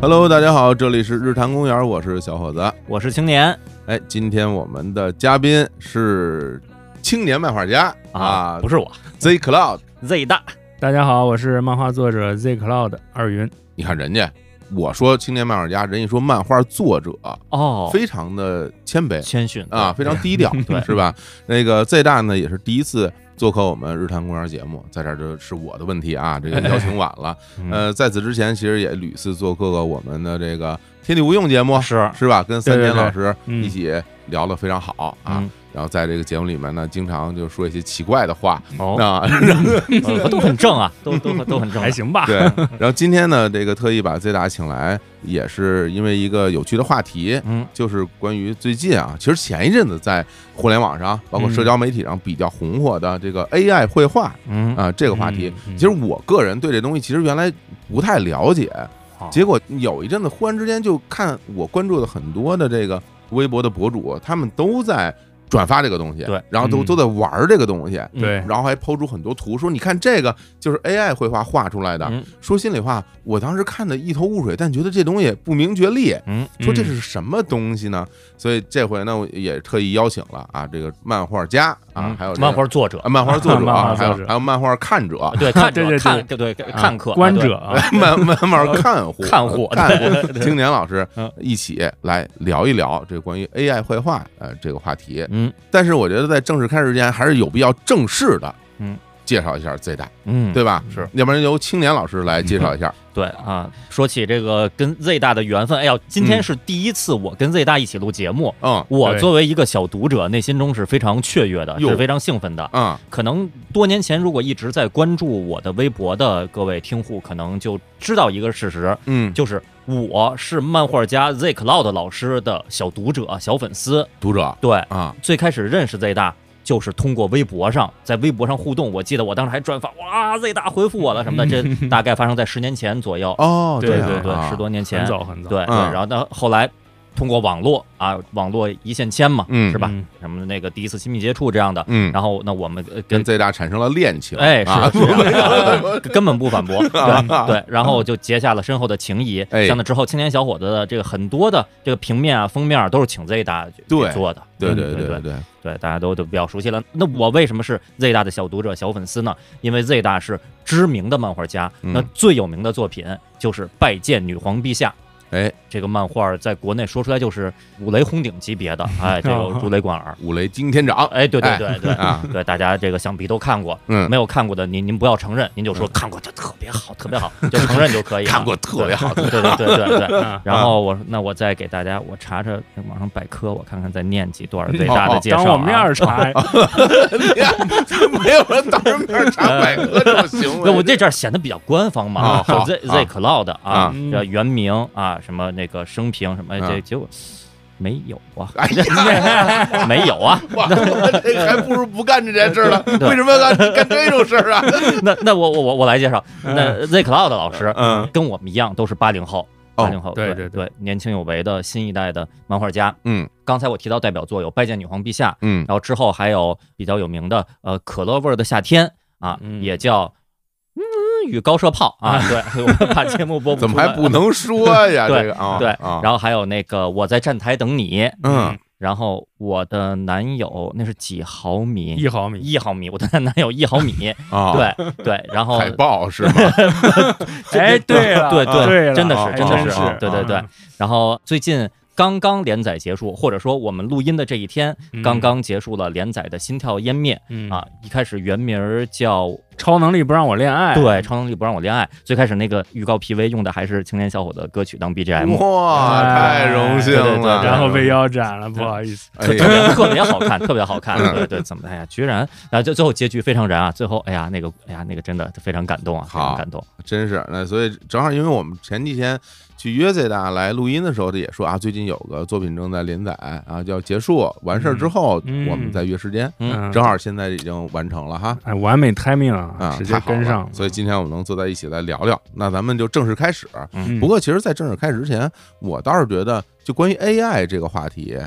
Hello，大家好，这里是日坛公园，我是小伙子。我是青年，哎，今天我们的嘉宾是青年漫画家啊不是我 Z Cloud。 ，Z 大，大家好，我是漫画作者 Z Cloud 二云。你看人家，我说青年漫画家，人家说漫画作者，哦，非常的谦卑谦逊啊，非常低调， 对是吧？那个 Z 大呢，也是第一次做客我们日坛公园节目，在这儿就是我的问题啊，这个邀请晚了。 嗯呃，在此之前，其实也屡次做客过我们的这个《天地无用》节目， 是是吧？跟三对对田啊对老师嗯一起聊得非常好啊。嗯然后在这个节目里面呢，经常就说一些奇怪的话哦，啊。呃都很正啊，都都都很正啊，还行吧？ 对，然后今天呢，这个特意把 Z 大请来，也是因为一个有趣的话题，嗯，就是关于最近啊，其实前一阵子在互联网上，包括嗯社交媒体上比较红火的这个 AI 绘画嗯啊这个话题，嗯嗯其实我个人对这东西其实原来不太了解哦，结果有一阵子忽然之间就看我关注的很多的这个微博的博主，他们都在转发这个东西，对然后都嗯都在玩儿这个东西，对，然后还抛出很多图，说你看这个就是 AI 绘画画出来的。嗯说心里话，我当时看的一头雾水，但觉得这东西不明觉厉。嗯，说这是什么东西呢？所以这回呢，我也特意邀请了啊，这个漫画家啊嗯，还有这个漫画作者啊，，漫画 作者，漫画还有作者还有漫画看者，对，看者对对对看对对看客观者啊啊， 漫漫画 看护，看护看护，青年老师嗯一起来聊一聊这关于 AI 绘画呃这个话题对。嗯但是我觉得在正式开始之前，还是有必要正式的嗯介绍一下 Z 大，嗯，对吧？是，要不然由青年老师来介绍一下。对啊。说起这个跟 Z 大的缘分，哎呦，今天是第一次我跟 Z 大一起录节目。嗯我对作为一个小读者，内心中是非常雀跃的，哟是非常兴奋的。嗯，可能多年前如果一直在关注我的微博的各位听户，可能就知道一个事实，嗯，就是我是漫画家 Z Cloud 老师的小读者、小粉丝。读者对，啊，最开始认识 Z 大就是通过微博上，在微博上互动。我记得我当时还转发，哇，Z 大回复我了什 么的。这大概发生在十年前左右。哦，对这样对啊对，十，多年前很。早很早。对对，嗯然后呢，后来通过网络啊，网络一线牵嘛，嗯是吧嗯？什么那个第一次亲密接触这样的。嗯，然后那我们呃跟跟 Z 大产生了恋情，哎，是啊 的，是 的根根本不反驳，对对，然后就结下了深厚的情谊。啊哎像那之后，青年小伙子的这个很多的这个平面啊、封面啊都是请 Z 大去对做的，嗯对对对对对，对，大家都都比较熟悉了。那我为什么是 Z 大的小读者、小粉丝呢？因为 Z 大是知名的漫画家，嗯那最有名的作品就是《拜见女皇陛下》。哎，这个漫画在国内说出来就是五雷轰顶级别的，哎，这个如雷贯耳。五雷惊天掌哎，对对哎对对， 啊，对，大家这个想必都看过，嗯没有看过的您您不要承认，您就说看过，这特别好，特别好，就承认就可以 了。看过特别好， 对，对对对 对对。啊，然后我那我再给大家，我查查网上百科，我看看再念几段最哦大的介绍、啊。当我面儿 查，没有人当着面查百合这种行为， 那我这阵儿显得比较官方嘛啊好，Z 啊 Z Cloud 啊啊，这原名啊，什么那个生平什么，啊这结果没有啊，哎呀， 没有啊。哇，这还不如不干这件事了，对为什么要干干这种事儿啊？那那我我我我来介绍，那 Z Cloud 老师嗯哦跟我们一样都是八零后，八零后对对对对，年轻有为的新一代的漫画家。嗯刚才我提到代表作有《拜见女皇陛下》， 嗯，然后之后还有比较有名的呃可乐味儿的夏天啊，嗯也叫嗯与高射炮啊，对， 我把节目播不怎么出来还不能说呀？对这个啊，对，啊，然后还有那个我在站台等你，嗯，然后我的男友那是几毫米？ 一毫米，一毫米，我的男友一毫米，啊，，嗯对对，然后海报是吗？哎，对了，对对对了，哦真的啊是真真的是是，对对对啊，然后最近。刚刚连载结束，或者说我们录音的这一天，嗯刚刚结束了连载的《心跳湮灭》嗯，啊。一开始原名儿叫《超能力不让我恋爱，对超能力不让我恋爱》，最开始那个预告 PV 用的还是青年小伙的歌曲当 BGM，哇，太哎荣幸对对对了，然后被腰斩了，不好意思，哎特呀，别特别好看，特别好看。嗯对对，怎么哎呀，居然啊，就最后结局非常燃啊！最后哎呀，那个哎呀，那个真的非常感动啊，非好常感动。真是那，所以正好因为我们前几天去约 Z 大来录音的时候，他也说啊，最近有个作品正在连载啊，就要结束，完事儿之后、嗯我们再约时间，嗯嗯，正好现在已经完成了哈。哎，完美 timing 啊啊，，直接太好跟上了！，所以今天我们能坐在一起来聊聊，那咱们就正式开始。嗯不过，其实，在正式开始之前，我倒是觉得，就关于 AI 这个话题，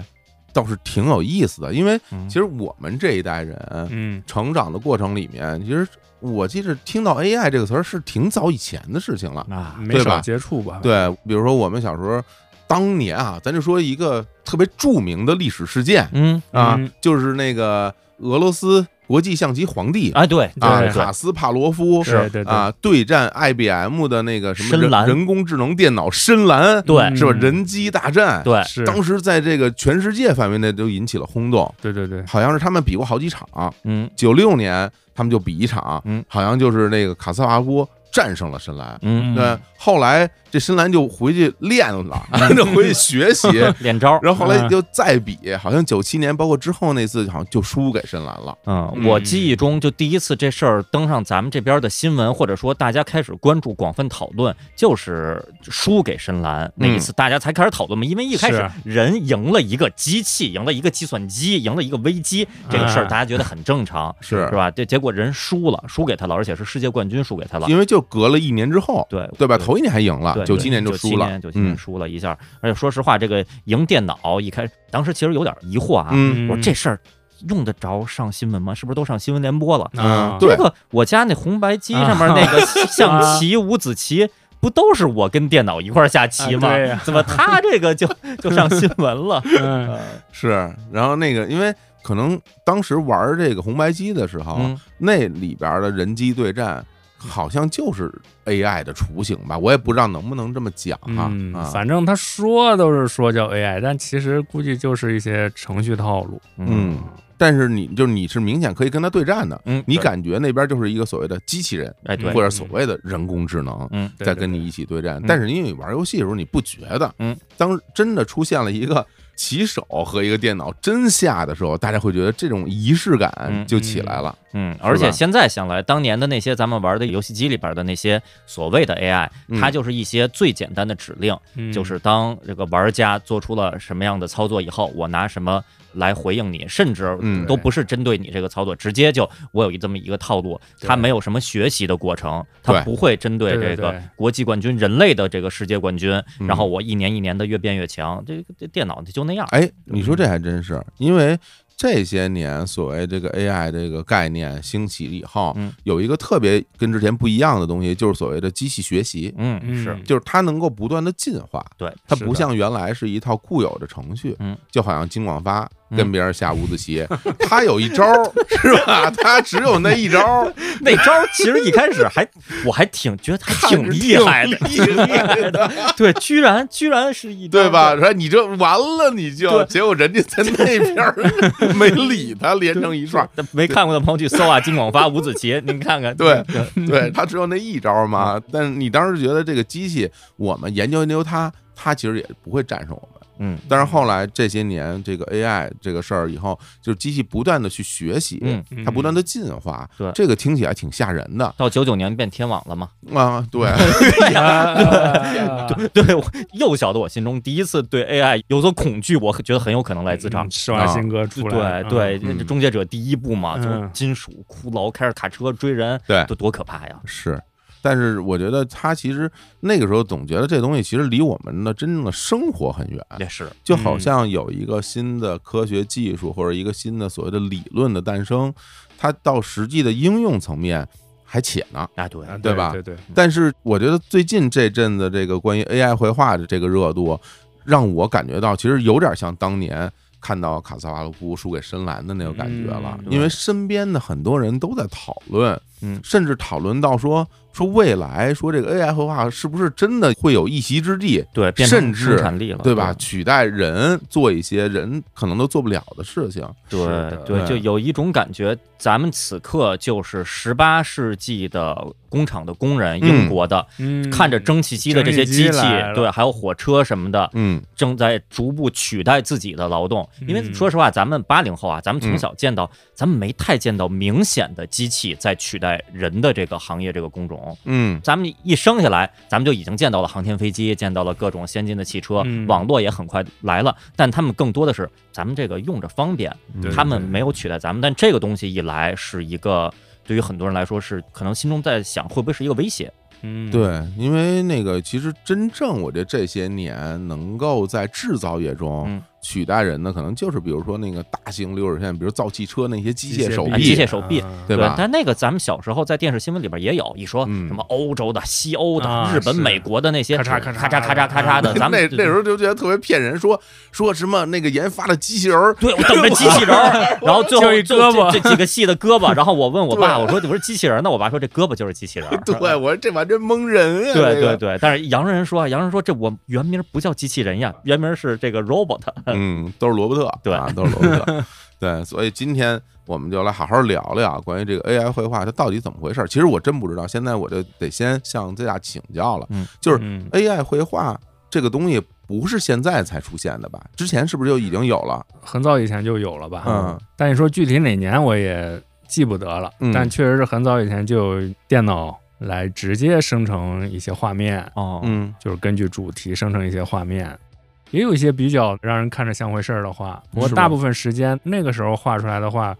倒是挺有意思的，因为嗯其实我们这一代人嗯成长的过程里面，其实我记着听到 AI 这个词儿是挺早以前的事情了。啊，没对吧少接触吧？，对，比如说我们小时候，当年啊，咱就说一个特别著名的历史事件嗯，啊嗯，就是那个俄罗斯国际象棋皇帝哎，对啊，对对卡斯帕罗夫是对对对啊，对战 IBM 的那个什么深蓝人人工智能电脑深蓝，对是吧？嗯人机大战，对是，当时在这个全世界范围内都引起了轰动，对对对，好像是他们比过好几场，嗯九六年他们就比一场，嗯，好像就是那个卡斯帕罗夫战胜了深蓝。嗯，对，后来这深蓝就回去练 了，就回去学习，练招儿。嗯然后后嗯来就再比，好像九七年，包括之后那次，好像就输给深蓝了。嗯，我记忆中就第一次这事儿登上咱们这边的新闻，或者说大家开始关注、广泛讨论，就是输给深蓝那嗯一次，大家才开始讨论嘛。因为一开始是人赢了一个机器，赢了一个计算机，赢了一个微机，这个事儿哎大家觉得很正常， 是是吧？这结果人输了，输给他了，而且是世界冠军输给他了。因为就隔了一年之后，对对吧？头一年还赢了，对，九七年就输了，九七年嗯输了一下。而且说实话，这个赢电脑一开始，当时其实有点疑惑啊，嗯我说这事儿用得着上新闻吗？是不是都上新闻联播了？嗯啊，对这个我家那红白机上面那个象棋、啊五子棋，不都是我跟电脑一块儿下棋吗啊对呀？怎么他这个 就就上新闻了？嗯是。然后那个，因为可能当时玩这个红白机的时候，嗯那里边的人机对战好像就是 AI 的雏形吧，我也不知道能不能这么讲啊。嗯，啊反正他说都是说叫 AI，但其实估计就是一些程序套路。嗯，但是你就是你是明显可以跟他对战的，嗯，你对感觉那边就是一个所谓的机器人，哎对或者所谓的人工智能。嗯对在对跟对你一起对战嗯，但是因为你玩游戏的时候你不觉得，嗯，当真的出现了一个棋手和一个电脑真下的时候，大家会觉得这种仪式感嗯就起来了，嗯，而且吧现在想来，当年的那些咱们玩的游戏机里边的那些所谓的 AI，嗯它就是一些最简单的指令，嗯就是当这个玩家做出了什么样的操作以后，我拿什么来回应你，甚至嗯都不是针对你这个操作，直接就我有一这么一个套路，对它没有什么学习的过程，对它不会针对对对这个对国际冠军、人类的这个世界冠军，嗯然后我一年一年的越变越强，这个这电脑就那样。哎，你说这还真是，因为这些年所谓这个 AI 这个概念兴起以后，嗯有一个特别跟之前不一样的东西，就是所谓的机器学习，嗯，是，嗯就是它能够不断的进化。对，它是不的像原来是一套固有的程序，嗯，就好像金广发嗯跟别人下五子棋，他有一招 儿是吧？他只有那一招儿，那招儿其实一开始还我还挺觉得还 挺厉害的，看着挺厉害的，对，居然居然是一招对吧？？然后你这完了，你就对结果人家在那边 儿没理他，连成一串儿。对没看过的朋友去搜啊，金广发、五子棋，您看看。对，对他只有那一招儿嗯嘛，但是你当时觉得这个机器，我们研究研究它，它其实也不会战胜我们。嗯但是后来这些年，这个 AI 这个事儿以后，就是机器不断的去学习，嗯，它不断的进化，对这个听起来挺吓人的到九九年变天网了嘛？啊，对，啊 对，我幼小的我心中第一次对 AI 有所恐惧，我觉得很有可能来自嗯场。施瓦辛格出来，对对，嗯那终结者第一部嘛，嗯从金属骷髅开始卡车追人，对多多可怕呀！是。但是我觉得他其实那个时候总觉得这东西其实离我们的真正的生活很远，也是，嗯就好像有一个新的科学技术或者一个新的所谓的理论的诞生，它到实际的应用层面还且呢。啊对，啊对吧对对，但是我觉得最近这阵子这个关于 AI 绘画的这个热度，让我感觉到其实有点像当年看到卡萨瓦罗夫输给深蓝的那个感觉了，嗯因为身边的很多人都在讨论，嗯甚至讨论到说说未来说这个 AI 绘画是不是真的会有一席之地，对，变成甚至生产力了，对吧？？取代人做一些人可能都做不了的事情，对是的对，对就有一种感觉，咱们此刻就是十八世纪的工厂的工人，嗯英国的，嗯，看着蒸汽机的这些机蒸汽器机来了，对，还有火车什么的，嗯，正在逐步取代自己的劳动。因为嗯说实话，咱们八零后啊，咱们从小见到，咱们没太见到明显的机器在取代人的这个行业这个工种。嗯，咱们一生下来，咱们就已经见到了航天飞机，见到了各种先进的汽车，嗯网络也很快来了。但他们更多的是咱们这个用着方便，对他们没有取代咱们。但这个东西一来，是一个对于很多人来说是可能心中在想，会不会是一个威胁？嗯，对，因为那个其实真正我觉得这些年能够在制造业中嗯取代人的可能就是比如说那个大型流水线，比如造汽车那些机械手机臂械，手臂啊对吧？但那个咱们小时候在电视新闻里边也有，一说嗯什么欧洲的、西欧的啊、日本、是美国的那些，咔咔嚓咔嚓嚓咔嚓 咔嚓的，咱 那们那时候就觉得特别骗人，说说什么那个研发的机器人儿 对，我等着机器人儿，然后最后就一就胳这膊这这几个细的胳膊，然后我问我爸，对我说我说机器人呢？我爸说这胳膊就是机器人儿。对，我说这玩意儿蒙人啊！对这对个，对，但是洋人说啊，洋人说这我原名不叫机器人呀，原名是这个 robot。嗯，都是罗伯特，对啊，都是罗伯特，对，所以今天我们就来好好聊聊关于这个 AI 绘画它到底怎么回事儿。其实我真不知道，现在我就得先向 Z 大请教了，嗯就是嗯 AI 绘画这个东西不是现在才出现的吧？之前是不是就已经有了？很早以前就有了吧？嗯，但你说具体哪年我也记不得了，嗯但确实是很早以前就有电脑来直接生成一些画面，哦，嗯就是根据主题生成一些画面。也有一些比较让人看着像回事儿的画，不过是吗大部分时间那个时候画出来的画，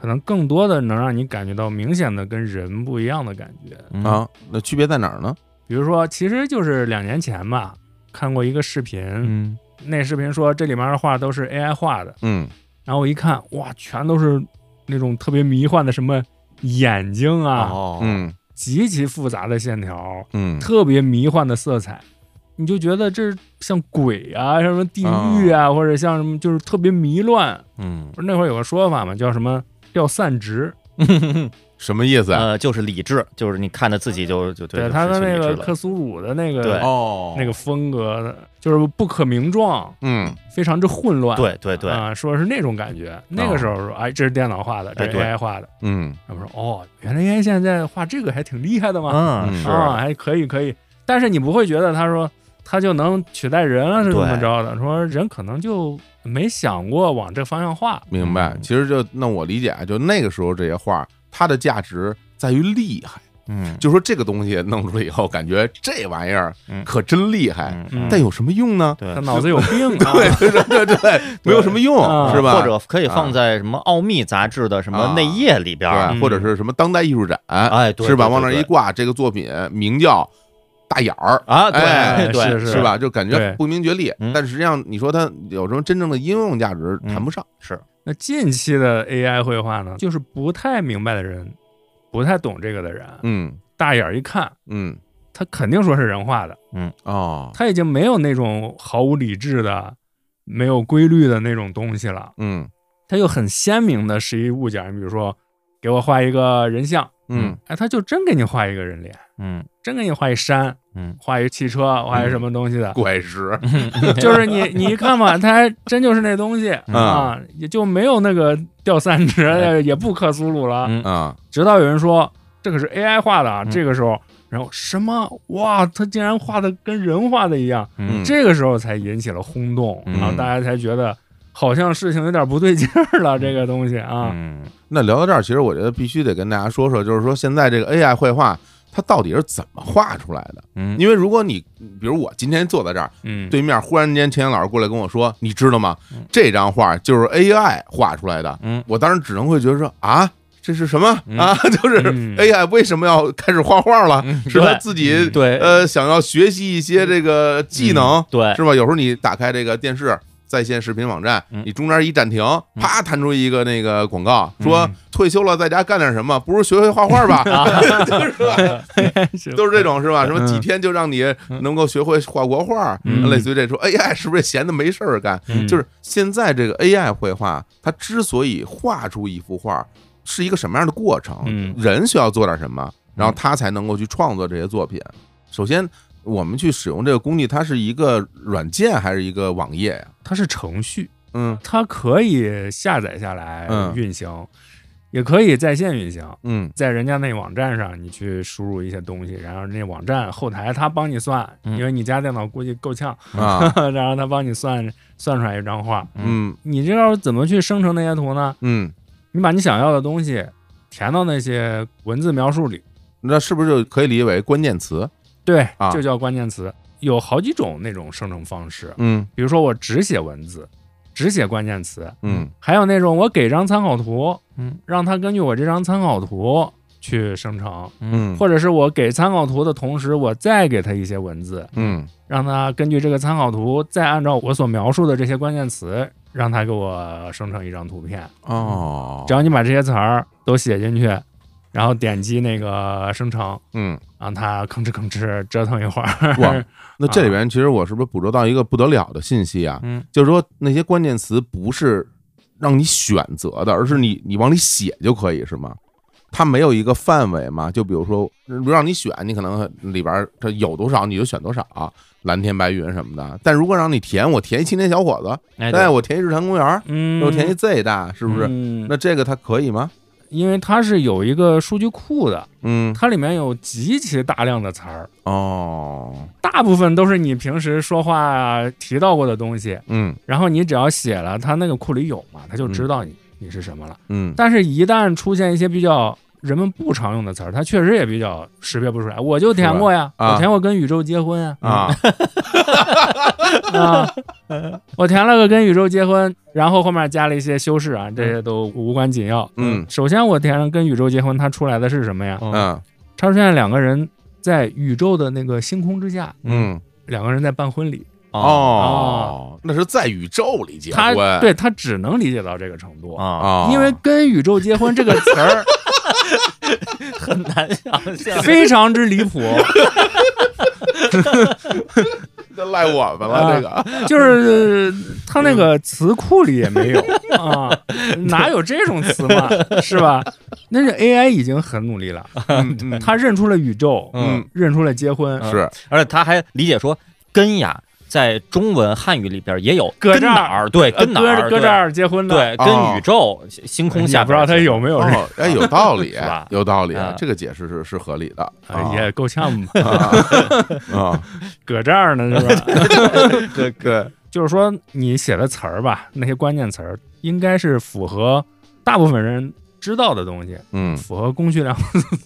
可能更多的能让你感觉到明显的跟人不一样的感觉。嗯，啊，那区别在哪儿呢？比如说，其实就是两年前吧，看过一个视频，嗯，那视频说这里面的画都是 AI 画的，嗯然后我一看，哇，全都是那种特别迷幻的什么眼睛啊，哦，嗯极其复杂的线条，嗯，特别迷幻的色彩，你就觉得这像鬼啊，像什么地狱啊，或者像什么就是特别迷乱。嗯，不是那会儿有个说法嘛，叫什么掉散值？什么意思啊？呃，就是理智，就是你看着自己就就对，就他失的去那理个智了克苏鲁的那对个哦，那个，风格，就是不可名状，嗯非常之混乱。对对对，啊、说是那种感觉。那个时候说，哎，这是电脑画的，这哎是对 AI 画的。嗯然后说，哦，原来 AI 现在画这个还挺厉害的嘛，嗯嗯是，啊，还可以可以。但是你不会觉得他说他就能取代人了是怎么着的？说人可能就没想过往这方 向画。明白。嗯其实就那我理解啊，就那个时候这些画，它的价值在于厉害。嗯，就说这个东西弄出来以后，感觉这玩意儿嗯可真厉害，嗯嗯但有什么用呢？ 对他。脑子有病啊！对对对对对，没有什么用，啊是吧？嗯或者可以放在什么《奥秘》杂志的什么内页里边儿，对，嗯或者是什么当代艺术展，哎啊对是吧？对对往那儿一对挂，这个作品名叫《大眼儿》。啊，哎对对是是吧？就感觉对不明觉厉，嗯但实际上你说它有什么真正的应用价值，嗯谈不上。那近期的 AI 绘画呢，就是不太明白的人，不太懂这个的人，嗯大眼儿一看，嗯他肯定说是人画的。哦他已经没有那种毫无理智的、没有规律的那种东西了，嗯他就很鲜明的是一物件儿。你比如说，给我画一个人像，嗯哎，他就真给你画一个人脸，嗯真给你画一山，嗯，画一汽车，画一什么东西的，怪石，就是你你一看嘛，他还真就是那东西、嗯啊，也就没有那个掉三尺，哎也不克苏鲁了。嗯啊，直到有人说这可是 AI 画的啊，嗯这个时候，然后什么哇，他竟然画的跟人画的一样。嗯这个时候才引起了轰动，嗯然后大家才觉得好像事情有点不对劲儿了，这个东西啊，嗯那聊到这儿，其实我觉得必须得跟大家说说，就是说现在这个 AI 绘画它到底是怎么画出来的？嗯，因为如果你比如我今天坐在这儿，嗯，对面忽然间陈岩老师过来跟我说，你知道吗嗯？这张画就是 AI 画出来的。嗯我当时只能会觉得说啊，这是什么嗯啊？ 就是嗯 AI 为什么要开始画画了？嗯 是他对嗯自己对呃想要学习一些这个技能，对，是吧？有时候你打开这个电视在线视频网站嗯，你中间一暂停，啪弹出一个那个广告，嗯说退休了在家干点什么，不如学会画画 吧， 就是吧？都是这种是吧？什么几天就让你能够学会画国画，嗯类似于这种 AI 是不是闲的没事儿干？嗯就是现在这个 AI 绘画，它之所以画出一幅画，是一个什么样的过程？嗯人需要做点什么，然后嗯他才能够去创作这些作品。首先，我们去使用这个工具，它是一个软件还是一个网页呀？它是程序，嗯它可以下载下来嗯运行，也可以在线运行。嗯在人家那网站上，你去输入一些东西，然后那网站后台它帮你算，嗯因为你家电脑估计够呛， 啊然后它帮你算算出来一张画。嗯你这要是怎么去生成那些图呢？嗯，你把你想要的东西填到那些文字描述里，那是不是就可以理解为关键词？对啊，就叫关键词。有好几种那种生成方式，嗯比如说我只写文字，只写关键词，嗯还有那种我给张参考图，嗯，让它根据我这张参考图去生成，嗯或者是我给参考图的同时，我再给他一些文字，嗯让他根据这个参考图，再按照我所描述的这些关键词，让他给我生成一张图片。哦只，要你把这些词儿都写进去，然后点击那个生成，嗯让它吭哧吭哧折腾一会儿。 哇，那这里啊边其实我是不是捕捉到一个不得了的信息啊？嗯，就是说那些关键词不是让你选择的，而是你你往里写就可以，是吗？它没有一个范围嘛？就比如说，如果让你选，你可能里边儿它有多少你就选多少，啊蓝天白云什么的。但如果让你填，我填一青年小伙子，哎，哎，对我填一日坛公园，嗯，我填一 Z 大，是不是？嗯那这个它可以吗？因为它是有一个数据库的，嗯，它里面有极其大量的词儿，哦，大部分都是你平时说话提到过的东西。嗯然后你只要写了，它那个库里有嘛，它就知道你、你是什么了。嗯但是，一旦出现一些比较人们不常用的词儿，它确实也比较识别不出来。我就填过呀，是吧啊我填过跟宇宙结婚呀，啊，啊，我填了个跟宇宙结婚，然后后面加了一些修饰啊，这些都无关紧要。嗯首先我填上跟宇宙结婚，它出来的是什么呀？嗯嗯它出现两个人在宇宙的那个星空之下，嗯，两个人在办婚礼。哦，那是在宇宙里结他婚，对他只能理解到这个程度，啊，啊，因为跟宇宙结婚这个词儿很难想象。 非常之离谱，这赖我们啊了，这个就是呃他那嗯个词库里也没 有啊，哪有这种词嘛，是吧？那是 AI 已经很努力了，嗯嗯他认出了宇宙，嗯认出了结婚，嗯是 而且他还理解说根呀，在中文汉语里边也有搁跟这儿哪儿，对，嗯呃跟哪搁儿，搁这对儿结婚的，对，哦跟宇宙星空也下边儿，不知道他有没有人，哦，哎，有道 理是吧，有道理啊嗯，这个解释是是合理的，哎啊也够呛 吧，啊啊，搁这儿呢 是吧？对对，就是说你写的词儿吧，那些关键词儿应该是符合大部分人知道的东西， 嗯，符合公序良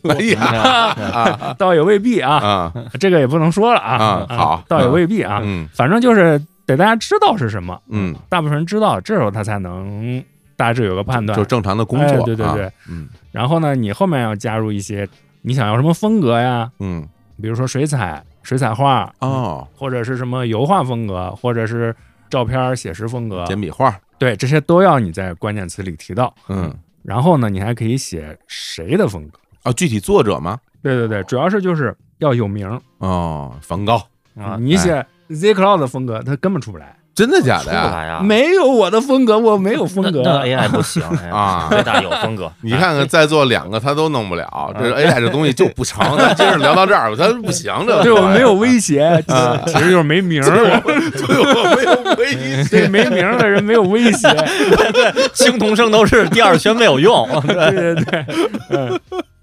哎呀啊俗，倒也未必啊，啊，这个也不能说了啊啊，好倒也未必 啊，嗯反正就是得大家知道是什么，嗯，大部分人知道，这时候他才能大致有个判断就。正常的工哎作，对对啊对，嗯然后呢，你后面要加入一些你想要什么风格呀，嗯，比如说水彩、水彩画，哦，或者是什么油画风格，或者是照片写实风格，简笔画，对，这些都要你在关键词里提到。嗯，然后呢，你还可以写谁的风格？啊，具体作者吗？对对对，主要是就是要有名儿。哦，梵高，啊，嗯哎你写 Z Cloud 的风格，他根本出不来，真的假的出不呀？来呀，没有我的风格，我没有风格。啊那那 AI 不行哎呀啊最大有风格，你看哎看，在座两个他都弄不了，这啊 AI 这东西就不成。咱接着聊到这儿吧，咱不行，这 对我没有威胁，哎啊其实就是没名 儿。 对我没有威胁。对没名儿的人没有威 胁。 青铜圣斗士第二圈没有用， 对对对，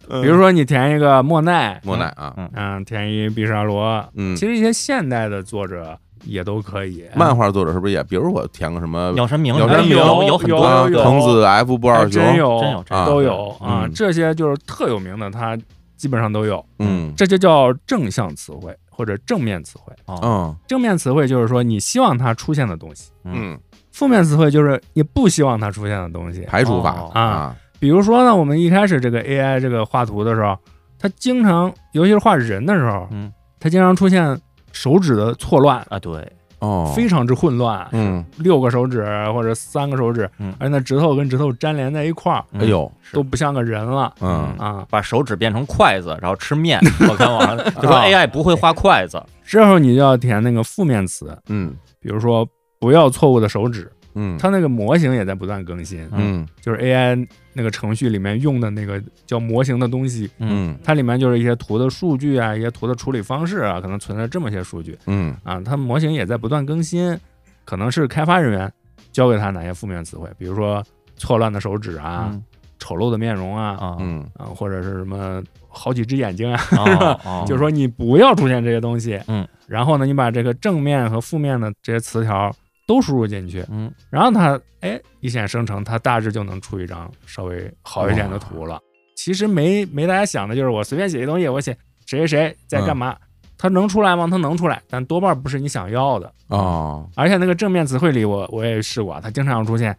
嗯，比如说你填一个莫奈， 莫奈啊，嗯，填一毕沙罗，嗯，其实一些现代的作者也都可以。漫画作者是不是也，比如我填个什么鸟山明呃鸟山明有有很有多啊有藤子 F 不还二雄，真有真有这样都有嗯啊，这些就是特有名的，它基本上都有。嗯这就叫正向词汇或者正面词汇。嗯正面词汇就是说你希望它出现的东西，嗯，负面词汇就是你不希望它出现的东西。排除法哦啊，比如说呢，我们一开始这个 AI 这个画图的时候，它经常，尤其是画人的时候，嗯，它经常出现手指的错乱，啊，对，哦，非常之混乱，嗯，六个手指或者三个手指，嗯而且那指头跟指头粘连在一块儿，哎呦，是都不像个人了嗯啊。把手指变成筷子，然后吃面。我 看网上就说啊 AI 不会画筷子，这时候你就要填那个负面词，嗯比如说不要错误的手指，嗯它那个模型也在不断更新，嗯就是 AI 那个程序里面用的那个叫模型的东西，嗯它里面就是一些图的数据啊，一些图的处理方式啊，可能存在这么些数据嗯啊。它模型也在不断更新，可能是开发人员教给他哪些负面词汇，比如说错乱的手指啊、嗯丑陋的面容啊啊嗯啊，或者是什么好几只眼睛啊， 啊啊，就是说你不要出现这些东西。嗯，然后呢，你把这个正面和负面的这些词条都输入进去，嗯然后它哎一显生成，它大致就能出一张稍微好一点的图了。其实没没大家想的就是我随便写一东西，我写谁谁谁在干嘛，嗯它能出来吗？它能出来，但多半不是你想要的。哦而且那个正面词汇里我，我也试过啊，它经常出现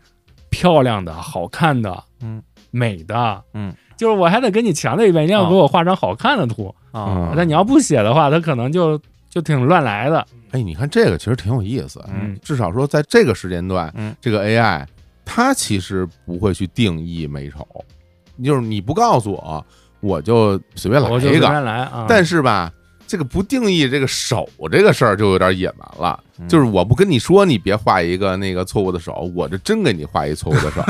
漂亮的、好看的、嗯、美的、嗯、哦就是我还得跟你强调一遍，一定要给我画张好看的图。啊，嗯哦那你要不写的话，他可能就就挺乱来的。哎，你看这个其实挺有意思，嗯至少说在这个时间段，嗯这个 AI 它其实不会去定义美丑，就是你不告诉我，我就随便来我就一随个。便来啊。但是吧，这个不定义这个手这个事儿就有点野蛮了。嗯就是我不跟你说，你别画一个那个错误的手，我这真给你画一错误的 手。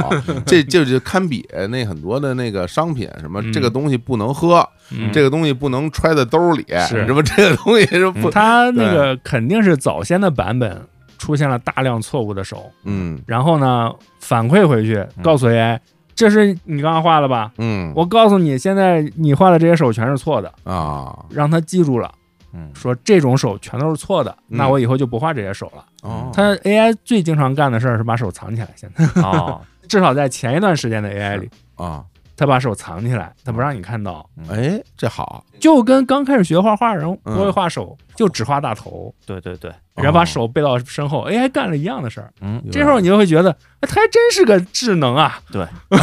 这这就堪比那很多的那个商品，什么嗯这个东西不能喝，嗯这个东西不能揣在兜里，是什么这个东西是不他那个肯定是早先的版本出现了大量错误的手，嗯然后呢反馈回去嗯告诉 AI，、这是你刚刚画的吧？嗯我告诉你，现在你画的这些手全是错的，啊让他记住了，嗯说这种手全都是错的，嗯那我以后就不画这些手了。哦他 AI 最经常干的事儿是把手藏起来，现在哦，至少在前一段时间的 AI 里，啊他把手藏起来，他不让你看到，哎这好就跟刚开始学画画的人嗯不会画手，就只画大头，对对对，哦然后把手背到身后，AI 干了一样的事儿。嗯，这时候你就会觉得，哎他还真是个智能啊，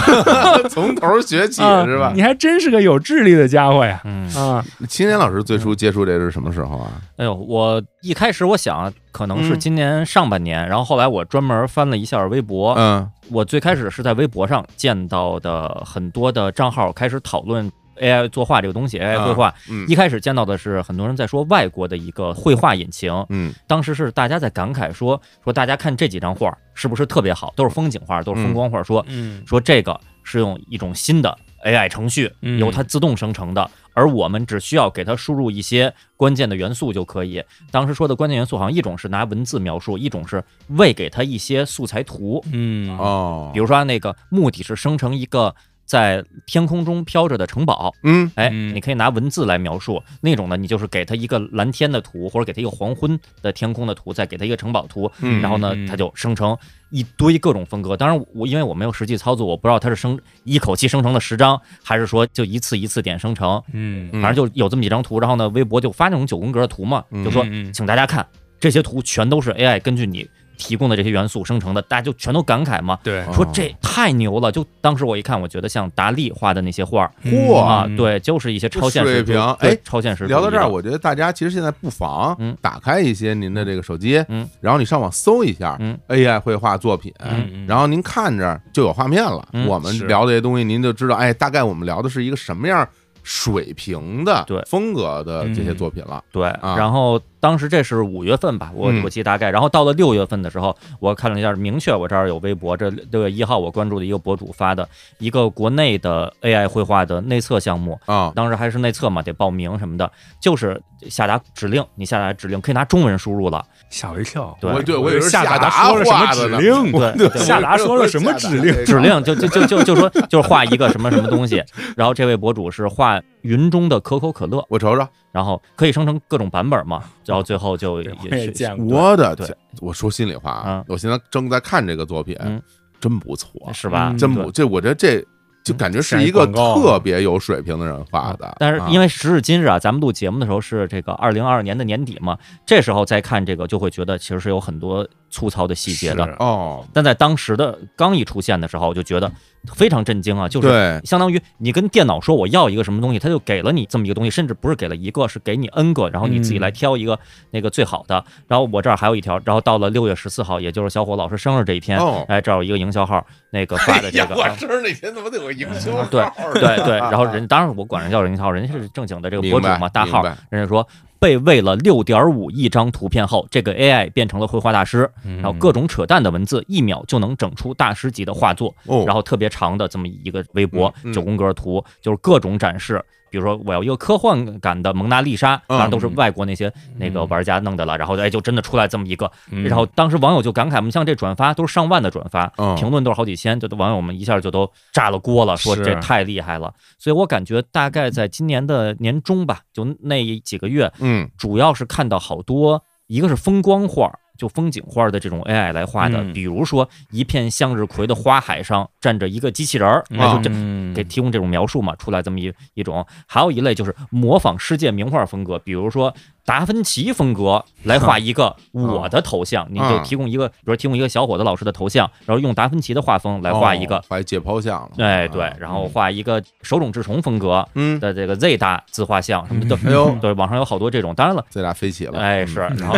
从头学起啊是吧？你还真是个有智力的家伙呀，嗯，啊，青年老师最嗯初接触这是什么时候啊？哎呦，我一开始我想可能是嗯今年上半年，然后后来我专门翻了一下微博，嗯我最开始是在微博上见到的很多的账号开始讨论 AI 作画这个东西，AI 绘画。嗯一开始见到的是很多人在说外国的一个绘画引擎，嗯当时是大家在感慨说说大家看这几张画是不是特别好，都是风景画，都是风光画，说嗯说这个是用一种新的 AI 程序嗯由它自动生成的，而我们只需要给它输入一些关键的元素就可以。当时说的关键元素好像一种是拿文字描述，一种是喂给它一些素材图，嗯哦比如说那个目的是生成一个在天空中飘着的城堡，嗯哎，嗯你可以拿文字来描述那种呢，你就是给它一个蓝天的图，或者给它一个黄昏的天空的图，再给它一个城堡图，嗯然后呢嗯，它就生成一堆各种风格。当然，我因为我没有实际操作，我不知道它是生一口气生成了十张，还是说就一次一次点生成。嗯嗯反正就有这么几张图，然后呢，微博就发那种九宫格的图嘛，嗯就说嗯嗯请大家看这些图全都是 AI 根据你提供的这些元素生成的，大家就全都感慨嘛，对嗯哦说这太牛了。就当时我一看，我觉得像达利画的那些画儿嚯啊，，嗯对，就是一些超现实水平主对哎超现实主义聊到这儿，的我觉得大家其实现在不妨嗯打开一些您的这个手机，嗯，然后你上网搜一下嗯 AI 绘画作品，嗯嗯然后您看着就有画面了。嗯我们是聊这些东西，您就知道，哎，大概我们聊的是一个什么样水平的对风格的这些嗯作品了。对，啊然后当时这是五月份吧，我嗯我记大概。然后到了六月份的时候，我看了一下，明确我这儿有微博，这六月一号我关注的一个博主发的一个国内的 AI 绘画的内测项目，啊，当时还是内测嘛，得报名什么的，就是下达指令，你下达指令可以拿中文输入了，吓我一跳，对我对我以为以是为夏夏达说了什画么的指呢令，对对对夏达说了什么指令指令就就就就就说就是画一个什么什么东西， 然后这位博主是画云中的可口可乐，我瞅瞅，然后可以生成各种版本 嘛，然后最后就对也我也是见过，我的对天！我说心里话啊啊，我现在正在看这个作品嗯，真不错，是吧？嗯真对嗯不这，我觉得这就感觉是一个像一广告特别有水平的人画的。但是因为为时至今日啊，咱们录节目的时候是这个二零二二年的年底嘛，这时候再看这个，就会觉得其实是有很多粗糙的细节的。是哦，但在当时的刚一出现的时候，我就觉得非常震惊啊，就是对，相当于你跟电脑说我要一个什么东西，它就给了你这么一个东西，甚至不是给了一个，是给你 N 个，然后你自己嗯来挑一个那个最好的。然后我这儿还有一条，然后到了六月十四号，也就是小伙老师生日这一天，哦哎，这儿有一个营销号那个发的这个。嗯生日那天怎么得有营销号啊？对对对，然后人当然我管人叫人家号，人家是正经的这个博主明白嘛，大号明白，人家说被喂了六点五亿张图片后，这个 AI 变成了绘画大师，嗯然后各种扯淡的文字，一秒就能整出大师级的画作，哦，然后特别长的这么一个微博嗯嗯九宫格图，就是各种展示。比如说，我要一个科幻感的蒙娜丽莎，嗯当然都是外国那些那个玩家弄的了。然后，哎，就真的出来这么一个。嗯然后当时网友就感慨，我们像这转发都是上万的转发，嗯评论都是好几千，就都网友们一下就都炸了锅了，说是这太厉害了。所以我感觉大概在今年的年中吧，就那几个月，嗯主要是看到好多，一个是风光画，就风景画的这种 AI 来画的，嗯比如说一片向日葵的花海上站着一个机器人儿，嗯哎，就这。嗯给提供这种描述嘛，出来这么一一种，还有一类就是模仿世界名画风格，比如说达芬奇风格来画一个我的头像，你就嗯提供一个，比如提供一个小伙子老师的头像，然后用达芬奇的画风来画一个哦，画一解剖像了。哎对啊，然后画一个手冢治虫风格嗯，的这个 Z 大自画像什么的，哎呦 对，网上有好多这种，当然了。这俩飞起了。哎，是，然后，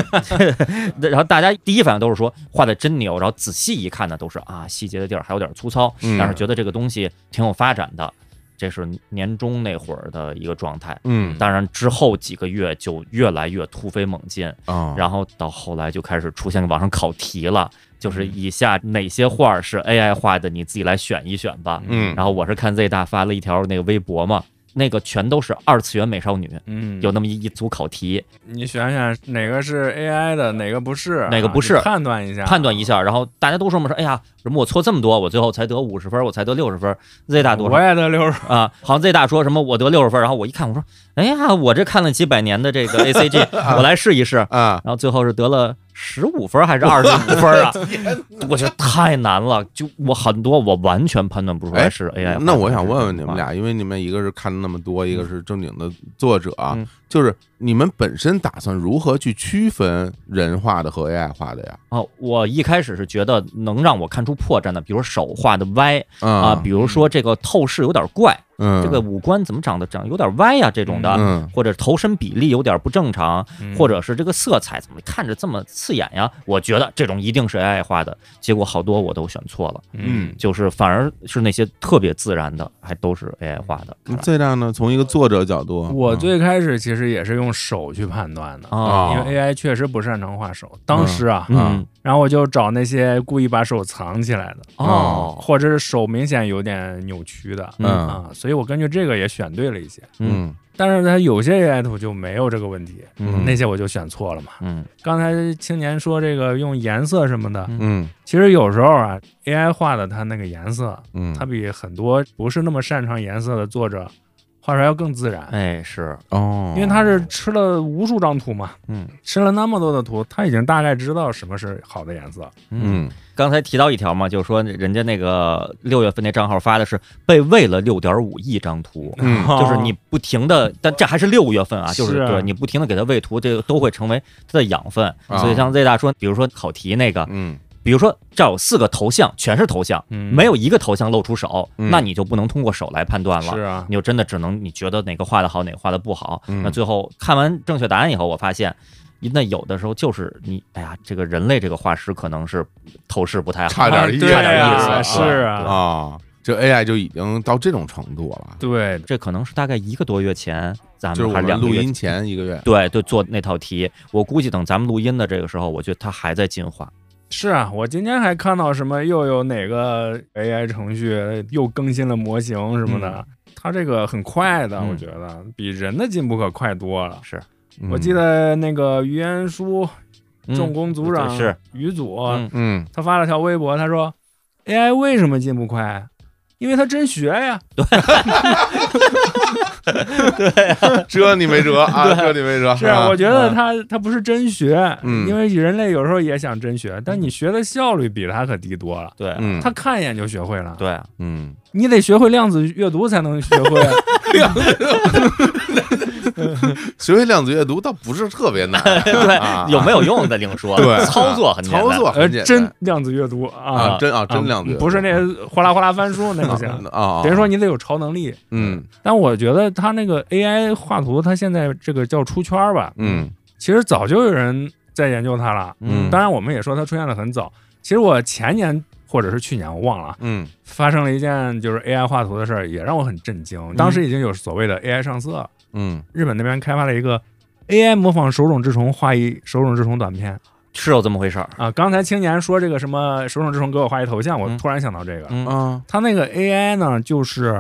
然后大家第一反应都是说画的真牛，然后仔细一看呢，都是啊细节的地儿还有点粗糙，嗯但是觉得这个东西挺有发展的，这是年终那会儿的一个状态。嗯当然之后几个月就越来越突飞猛进，啊，然后到后来就开始出现网上考题了，就是嗯以下哪些画儿是 AI 画的，你自己来选一选吧。嗯然后我是看 Z 大发了一条那个微博嘛，那个全都是二次元美少女，嗯有那么一一组考题，你选选哪个是 AI 的，哪个不是，哪个不是啊你判断一下，判断一下，然后大家都说嘛，说哎呀，什么我错这么多，我最后才得五十分，我才得六十分，Z 大多我少也得六十，啊？好像 Z 大说什么我得六十分，然后我一看，我说哎呀，我这看了几百年的 这个 ACG，我来试一试，啊，然后最后是得了十五分还是二十五分啊？我觉得太难了，就我很多我完全判断不出来哎是 AI 画的。那我想问问你是吧们，俩，因为你们一个是看了那么多，一个是正经的作者啊嗯，就是你们本身打算如何去区分人画的和 AI 画的呀？哦，我一开始是觉得能让我看出破绽的，比如手画的歪啊，啊比，如说这个透视有点怪，嗯，这个五官怎么长得长有点歪呀、这种的。嗯或者头身比例有点不正常，嗯或者是这个色彩怎么看着这么刺眼呀？我觉得这种一定是 AI 画的，结果好多我都选错了，嗯，就是反而是那些特别自然的，还都是 AI 画的。看来这样呢，从一个作者角度，我最开始其实也是用手去判断的，啊，因为 AI 确实不擅长画手。当时啊，嗯然后我就找那些故意把手藏起来的，哦，或者是手明显有点扭曲的，嗯嗯啊，所以我根据这个也选对了一些。嗯嗯但是它有些 AI 图就没有这个问题，嗯那些我就选错了嘛。嗯刚才青年说这个用颜色什么的，嗯嗯其实有时候啊，AI 画的它那个颜色，嗯，它比很多不是那么擅长颜色的作者画出来要更自然。哎是，哦，因为他是吃了无数张图嘛，嗯，吃了那么多的图，他已经大概知道什么是好的颜色。嗯刚才提到一条嘛，就是说人家那个六月份那账号发的是被喂了六点五亿张图， 嗯就是你不停的，但这还是六月份啊，就是啊对你不停的给它喂图，这个都会成为它的养分。啊所以像 Z 大说，比如说考题那个，嗯比如说这儿有四个头像，全是头像，嗯没有一个头像露出手，嗯那你就不能通过手来判断是了。啊，你就真的只能你觉得哪个画的好，哪个画的不好。嗯那最后看完正确答案以后，我发现，那有的时候就是你，哎呀，这个人类这个画师可能是透视不太好，差点意思对啊差点意思是啊，啊，这 AI 就已经到这种程度了，对，这可能是大概一个多月前，咱就是们我啊还是们两个录月前音前一个月，对对，做那套题，我估计等咱们录音的这个时候，我觉得它还在进化。是啊，我今天还看到什么又有哪个 AI 程序又更新了模型什么的，它这个很快的，嗯我觉得比人的进步可快多了。是，嗯我记，得那个于彦书嗯重工组长、对是于组，嗯嗯他发了条微博，他说：“AI 为什么进步快？因为他真学呀。这你没辙啊，这你没辙，是啊，我觉得嗯他他不是真学，嗯因为人类有时候也想真学，但你学的效率比他可低多了。对嗯他看一眼就学会了，对啊，嗯，你得学会量子阅读才能学会。啊学会量子阅读倒不是特别难，啊 对，有没有用的另说， 对操作很简单操作呃很，简单真量子阅读啊，啊，真啊，啊真量子阅读不是那个哗啦哗啦翻书那不行，啊，啊等于说你得有超能力。嗯但我觉得他那个 AI 画图，他现在这个叫出圈儿吧，嗯其实早就有人在研究它了。嗯当然，我们也说它出现的很早。其实我前年或者是去年，我忘了啊，嗯发生了一件就是 AI 画图的事儿，也让我很震惊。当时已经有所谓的 AI 上色，嗯日本那边开发了一个 AI 模仿手冢治虫画一手冢治虫短片是有这么回事儿。啊。刚才青年说这个什么手冢治虫给我画一头像，我嗯突然想到这个，嗯啊，他那个 AI 呢，就是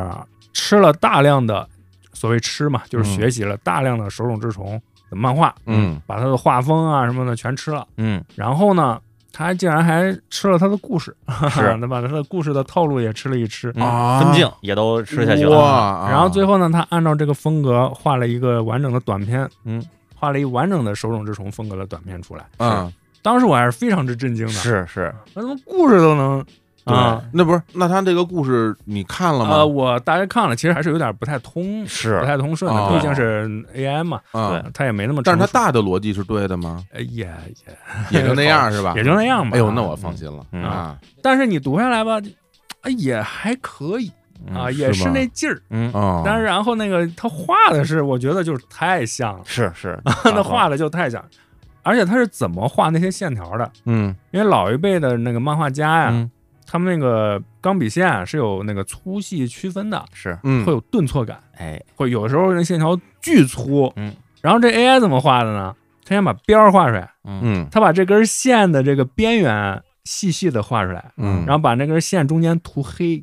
吃了大量的所谓吃嘛，就是嗯学习了大量的手冢治虫的漫画，嗯把他的画风啊什么的全吃了。嗯，然后呢，他竟然还吃了他的故事，是 他把他的故事的套路也吃了一吃。嗯啊分镜也都吃下去了。啊哇，啊然后最后呢，他按照这个风格画了一个完整的短片，嗯，画了一完整的手冢治虫风格的短片出来。啊当时我还是非常之震惊的，是是，我怎么故事都能对啊，那不是？那他这个故事你看了呃，吗？我大约看了，其实还是有点不太通，是不太通顺的，哦毕竟是 AI 嘛，啊，它也没那么成但熟，是他大的逻辑是对的 吗？呃也也也就那样是吧？也就那样吧。哎呦，那我放心了嗯啊但是你读下来吧，哎也还可以嗯啊，也是是吗那劲儿。嗯，啊！但是然后那个他画的是，我觉得就是太像 啊了，是是，那画的就太像了，而且他是怎么画那些线条的？嗯因为老一辈的那个漫画家呀，嗯他们那个钢笔线啊是有那个粗细区分的，是，嗯会，有顿挫感，哎，会有时候那线条巨粗。嗯，然后这 AI 怎么画的呢？他先把边儿画出来，嗯嗯他把这根线的这个边缘细细的画出来，嗯，然后把那根线中间涂黑，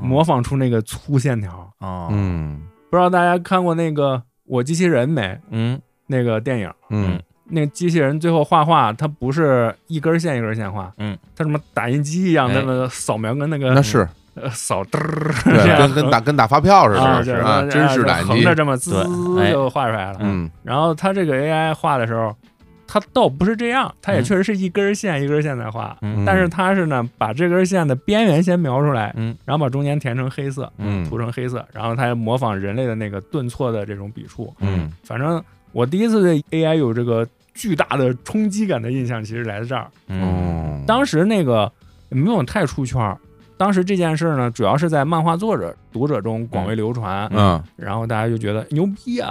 模哦仿出那个粗线条。啊，嗯不知道大家看过那个《我机器人》没？嗯那个电影，嗯那个机器人最后画画，它不是一根线一根线画，嗯，它什么打印机一样哎那么扫描，跟那个那 是呃扫嘚儿，这对，样跟跟打跟打发票似啊的，就是啊，说真是啊打横印着机，这么滋对哎就画出来了。嗯然后它这个 AI 画的时候，它倒不是这样，它也嗯确实是一根线一根线在画，嗯嗯但是它是呢把这根线的边缘先描出来，嗯然后把中间填成黑色，嗯涂成黑色，然后它模仿人类的那个顿挫的这种笔触。嗯反正我第一次对 AI 有这个巨大的冲击感的印象，其实来自这儿。嗯哦，当时那个也没有太出圈儿。当时这件事儿呢，主要是在漫画作者、读者中广为流传，嗯然后大家就觉得牛逼啊，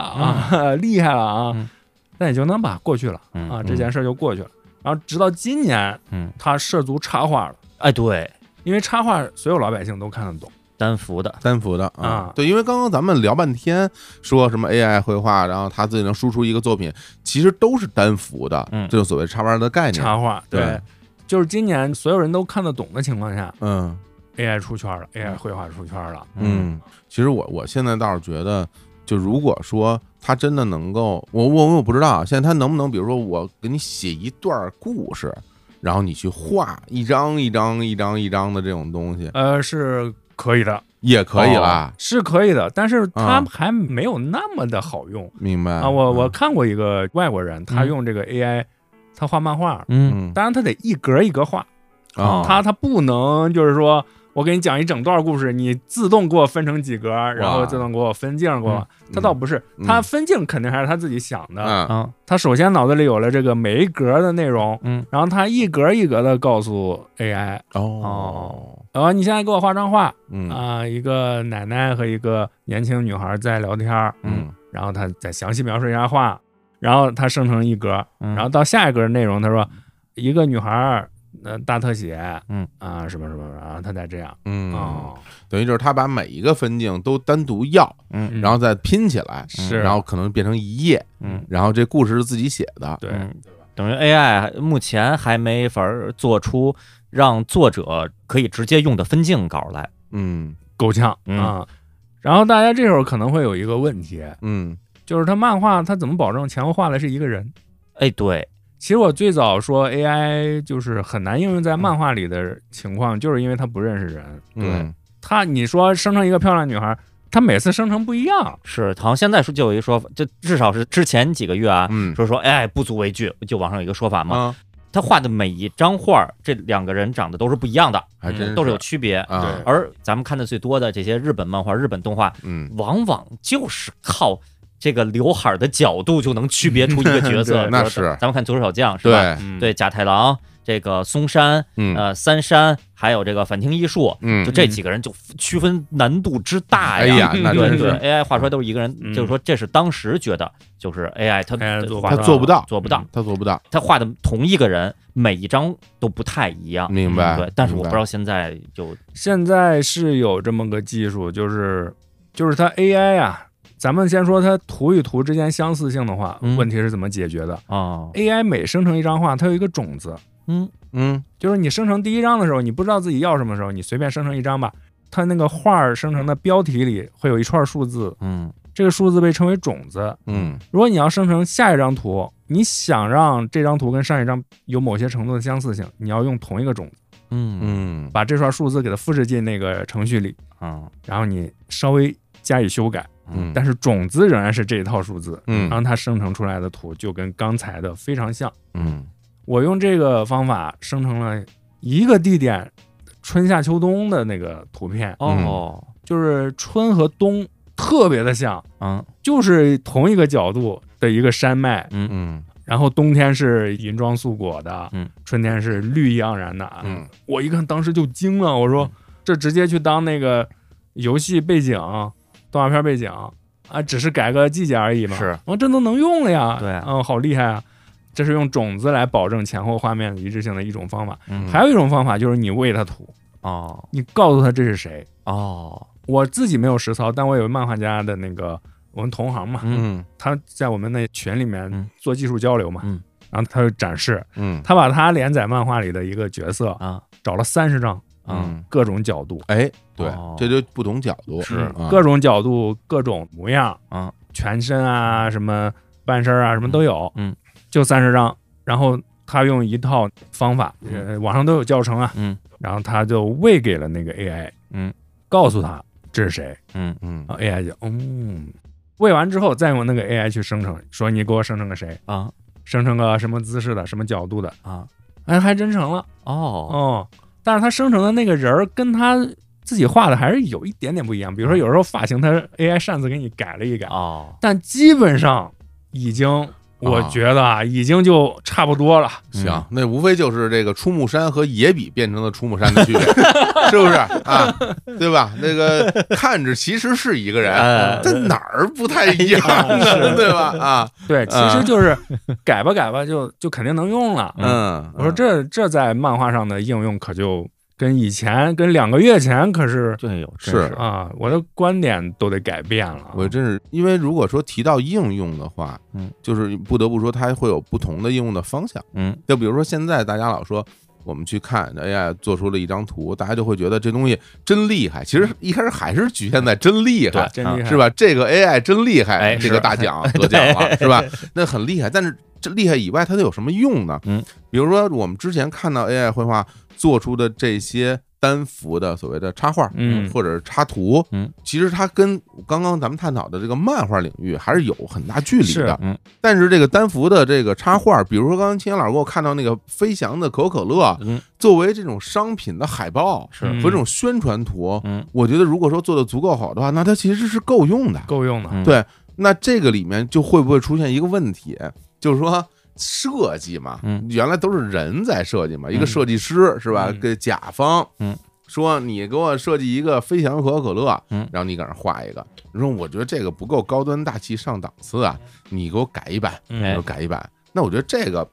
啊 厉害了啊嗯，那也就能把过去了嗯啊，嗯这件事儿就过去了。然后直到今年，嗯，他涉足插画了，哎，对，因为插画所有老百姓都看得懂，单幅的，单幅的啊对，因为刚刚咱们聊半天说什么 AI 绘画，然后他自己能输出一个作品，其实都是单幅的，嗯这就所谓插班的概念。插画对对，就是今年所有人都看得懂的情况下嗯，AI 出圈了，AI 绘画出圈了，嗯，其实我我现在倒是觉得，就如果说他真的能够，我我我不知道啊现在他能不能，比如说我给你写一段故事，然后你去画一张一张一张一张的这种东西，呃，是可以的，也可以啦。是可以的，但是它啊还没有那么的好用明白啊。我我看过一个外国人，他嗯用这个 AI，他画漫画，嗯嗯当然他得一格一格画，啊嗯他他不能就是说我给你讲一整段故事，你自动给我分成几格，然后自动给我分镜给我。他倒不是，嗯他分镜肯定还是他自己想的。啊啊，他首先脑子里有了这个每一格的内容，嗯然后他一格一格的告诉 AI，哦然后你现在给我画张画嗯啊、一个奶奶和一个年轻女孩在聊天儿，嗯然后他再详细描述一下画，然后他生成一格，然嗯然后到下一个内容，他说一个女孩儿，呃，大特写，嗯啊，什么什么，然后他再这样，嗯哦，等于就是他把每一个分镜都单独要，嗯然后再拼起来，是然后可能变成一页，嗯，然后这故事是自己写的，对，嗯等于 AI 目前还没法儿做出让作者可以直接用的分镜稿来，嗯够呛嗯啊。然后大家这时候可能会有一个问题，嗯就是他漫画他怎么保证前后画的是一个人？哎，对，其实我最早说 AI 就是很难应用在漫画里的情况，就是因为他不认识人。嗯他你说生成一个漂亮女孩，她每次生成不一样，是，好像现在说就有一说法，就至少是之前几个月啊，嗯说说哎不足为惧，就网上有一个说法嘛，啊，他画的每一张画儿，这两个人长得都是不一样的，还真嗯都是有区别。啊，而咱们看的最多的这些日本漫画、日本动画，嗯往往就是靠这个刘海儿的角度就能区别出一个角 对色。那比如说是咱们看《左手小将》是吧？对，嗯对，甲太郎、这个松山、嗯呃三山，还有这个反町一树，嗯就，这几个人就区分难度之大哎呀。呀，那对真对是，AI 画出来都是一个人，嗯就是说这是当时觉得就是 AI 它 AI 哎做它他做不到，嗯做不到，他做不到，他画的同一个人每一张都不太一样。嗯明白？对，但是我不知道，道现在有现在是有这么个技术，就是就是它 AI 啊，咱们先说它图与图之间相似性的话，嗯问题是怎么解决的啊， ？AI 每生成一张画，它有一个种子，嗯嗯就是你生成第一张的时候，你不知道自己要什么时候，你随便生成一张吧。它那个画儿生成的标题里会有一串数字，嗯这个数字被称为种子。嗯如果你要生成下一张图，你想让这张图跟上一张有某些程度的相似性，你要用同一个种子，嗯嗯把这串数字给它复制进那个程序里，啊然后你稍微加以修改，嗯，但是是种子仍然是这一套数字，然后嗯它生成出来的图就跟刚才的非常像。嗯我用这个方法生成了一个地点春夏秋冬的那个图片，嗯哦，就是春和冬特别的像，嗯就是同一个角度的一个山脉，嗯嗯然后冬天是银装素裹的，嗯，春天是绿意盎然的。嗯，我一看当时就惊了，我说嗯这直接去当那个游戏背景、动画片背景啊，只是改个季节而已嘛。是，哦，这都能用了呀。对嗯，好厉害啊！这是用种子来保证前后画面的一致性的一种方法。嗯，还有一种方法就是你喂它土，哦你告诉它这是谁。哦，我自己没有实操，但我有漫画家的那个我们同行嘛，嗯嗯他在我们那群里面嗯做技术交流嘛，嗯然后他就展示，嗯他把他连载漫画里的一个角色啊找了三十张，啊嗯，各种角度，嗯哎，对哦，这就不同角度是啊各种角度、各种模样，嗯，全身啊、什么半身啊、什么都有，嗯，就三十张。然后他用一套方法，嗯呃，网上都有教程啊，嗯然后他就喂给了那个 AI，嗯，告诉他这是谁，嗯嗯然后 AI 就嗯，喂完之后再用那个 AI 去生成，说你给我生成个谁，啊生成个什么姿势的、什么角度的，啊哎，还真成了。哦哦，但是他生成的那个人儿跟他自己画的还是有一点点不一样，比如嗯说有时候发型他 AI 擅自给你改了一改，哦，但基本上已经，我觉得啊，已经就差不多了。嗯行，那无非就是这个出木山和野比变成了出木山的区 别，是不是啊？对吧？那个看着其实是一个人哎，在哪儿不太一样呢？是对吧？啊，对，其实就是改吧改吧就，就肯定能用了。嗯，我说这这在漫画上的应用可就跟以前跟两个月前可是对有真是啊，我的观点都得改变了。啊我真是，因为如果说提到应用的话，嗯，就是不得不说它会有不同的应用的方向。嗯就比如说现在大家老说我们去看 AI 做出了一张图，大家就会觉得这东西真厉害。其实一开始还是局限在真厉害，真厉害，啊是？吧？这个 AI 真厉害，哎这个是大奖得奖了，是吧？那很厉害，但是这厉害以外，它都有什么用呢？嗯，比如说我们之前看到 AI 绘画做出的这些单幅的所谓的插画，嗯或者是插图，嗯，其实它跟刚刚咱们探讨的这个漫画领域还是有很大距离的是。嗯，但是这个单幅的这个插画，比如说刚刚青年老师给我看到那个飞翔的可口可乐，嗯，作为这种商品的海报是和这种宣传图，嗯我觉得如果说做的足够好的话，那它其实是够用的。够用了。嗯对，那这个里面就会不会出现一个问题，就是说设计嘛，嗯原来都是人在设计嘛，一个嗯设计师是吧嗯？给甲方，嗯。说你给我设计一个飞翔可口可乐，嗯然后你搁那儿画一个，你说我觉得这个不够高端大气上档次啊，你给我改一版，哎就改一版。那我觉得这个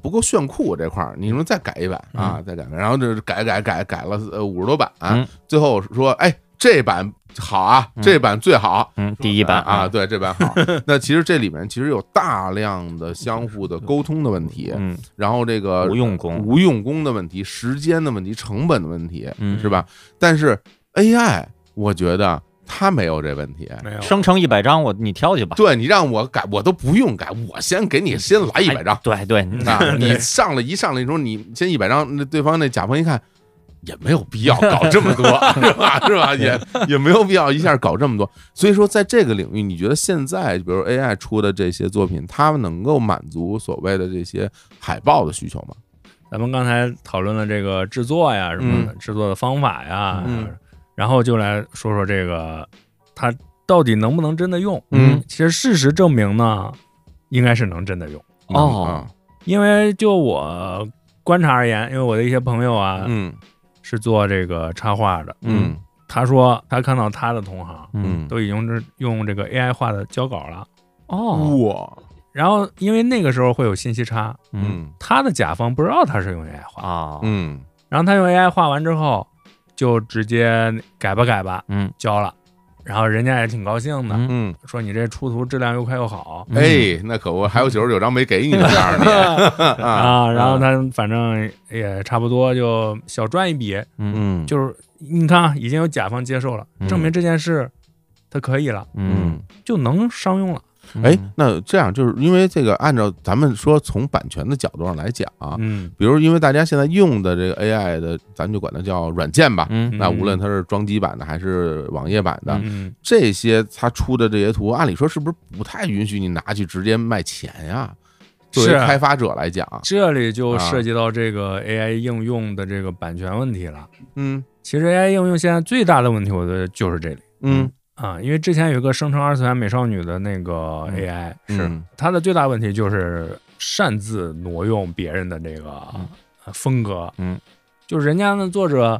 不够炫酷啊这块儿，你说再改一版啊，再改一版，然后就是改改改改了呃五十多版、嗯最后说哎这版好啊，这版最好。嗯，第一版啊，，对这版 好。那其实这里面其实有大量的相互的沟通的问题，嗯，然后这个无用功，呃无用功的问题、时间的问题、成本的问题，嗯是吧？但是 AI，我觉得它没有这问题，没有，生成一百张，我你挑去吧，对你让我改，我都不用改，我先给你先来一百张哎，对对， 你啊，你上了一上来之后，你先一百张，那对方那甲方一看，也没有必要搞这 么多，是吧？是吧？也也没有必要一下搞这么多。所以说，在这个领域，你觉得现在，比如 AI 出的这些作品，它们能够满足所谓的这些海报的需求吗？咱们刚才讨论了这个制作呀，什么的制作的方法呀，嗯然后就来说说这个它到底能不能真的用。嗯，其实事实证明呢，应该是能真的用，嗯啊哦因为就我观察而言，因为我的一些朋友啊、嗯，是做这个插画的，嗯他说他看到他的同行嗯嗯，都已经是用这个 AI 画的交稿了，哦，哇，然后因为那个时候会有信息差，嗯他的甲方不知道他是用 AI 画的。啊，嗯然后他用 AI 画完之后，就直接改吧改吧嗯交了，然后人家也挺高兴的，嗯嗯，说你这出图质量又快又好、嗯哎，那可不，还有九十九张没给你呢，告诉你啊，啊。然后他反正也差不多就小赚一笔，嗯，就是你看啊，已经有甲方接受了，嗯证明这件事他可以了，嗯，就能商用了。哎，那这样就是因为这个，按照咱们说从版权的角度上来讲啊，嗯，比如因为大家现在用的这个 AI 的，咱们就管它叫软件吧。嗯那无论它是装机版的还是网页版的，嗯，这些它出的这些图，按理说是不是不太允许你拿去直接卖钱呀？作为是开发者来讲，这里就啊涉及到这个 AI 应用的这个版权问题了。嗯其实 AI 应用现在最大的问题，我觉得就是这里嗯啊，因为之前有一个声称二次元美少女的那个嗯 AI，、是 它的最大问题就是擅自挪用别人的这个嗯呃风格，嗯，就是人家的作者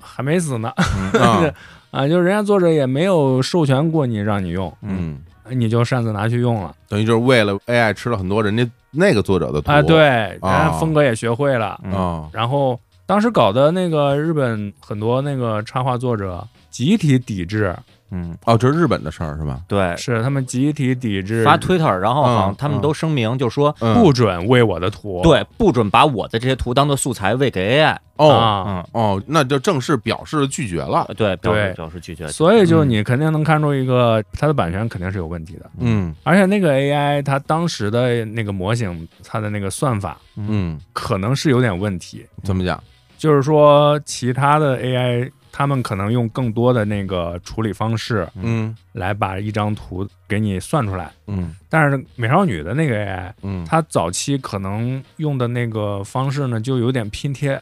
还没死呢， 啊啊，就是人家作者也没有授权过你让你用，呃嗯，你就擅自拿去用了，等于就是为了 AI 吃了很多人家那个作者的图啊，对，人家啊风格也学会了，嗯啊，然后当时搞的那个日本很多那个插画作者集体抵制，嗯，哦，这是日本的事儿是吧？对，是他们集体抵制，发推特，然后好像嗯他们都声明，就说嗯不准喂我的图。对，不准把我的这些图当做素材喂给 AI。哦啊，嗯，哦，那就正式表示拒绝了。呃对，表示对表示拒绝。所以就你肯定能看出一个它的版权肯定是有问题的，嗯而且那个 AI 它当时的那个模型，它的那个算法嗯，可能是有点问题，怎么讲？就是说其他的 AI。他们可能用更多的那个处理方式嗯来把一张图给你算出来，嗯但是美少女的那个 AI，嗯，他早期可能用的那个方式呢，就有点拼贴，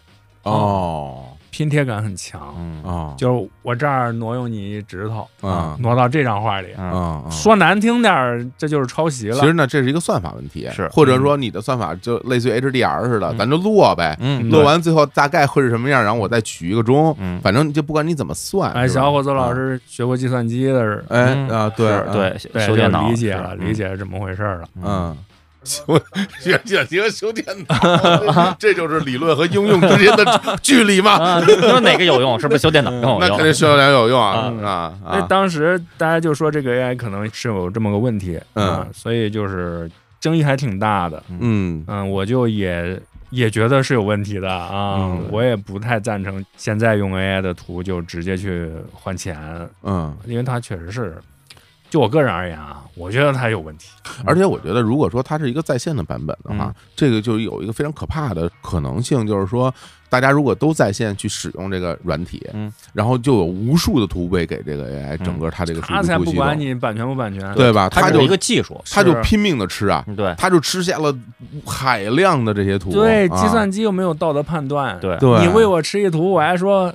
哦拼贴感很强，嗯哦就是我这儿挪用你一指头，啊挪到这张画里。嗯，啊，啊说难听点儿，这就是抄袭了。其实呢，这是一个算法问题，是或者说你的算法就类似于 HDR 似的，嗯咱就落呗，嗯，落完最后大概会是什么样，然后我再取一个钟，嗯，反正就不管你怎么算。哎，是吧小伙子老，师学过计算机的人，啊哎嗯啊，对是，对，对，修就电脑理解是了，嗯理解是怎么回事儿了。嗯。修学学学修电脑，这就是理论和应用之间的距离嘛？啊，你说哪个有用？是不是修电脑更那有肯定用？修电脑有用啊嗯啊哦那啊！哎当时大家就说这个 AI 可能是有这么个问题，嗯啊，所以就是争议还挺大的。嗯嗯，我就也也觉得是有问题的啊，嗯我也不太赞成现在用 AI 的图就直接去换钱，嗯，因为它确实是，就我个人而言啊，我觉得它有问题。而且我觉得，如果说它是一个在线的版本的嗯话，这个就有一个非常可怕的可能性，就是说，大家如果都在线去使用这个软体，嗯然后就有无数的图被给这个 AI 整个它这个数它据嗯才库不系管统，你版权不版权，对吧？它它是就一个技术，它就是拼命的吃啊，嗯对它就吃下了海量的这些图，对，啊计算机又没有道德判断，对对，你喂我吃一图，我还说。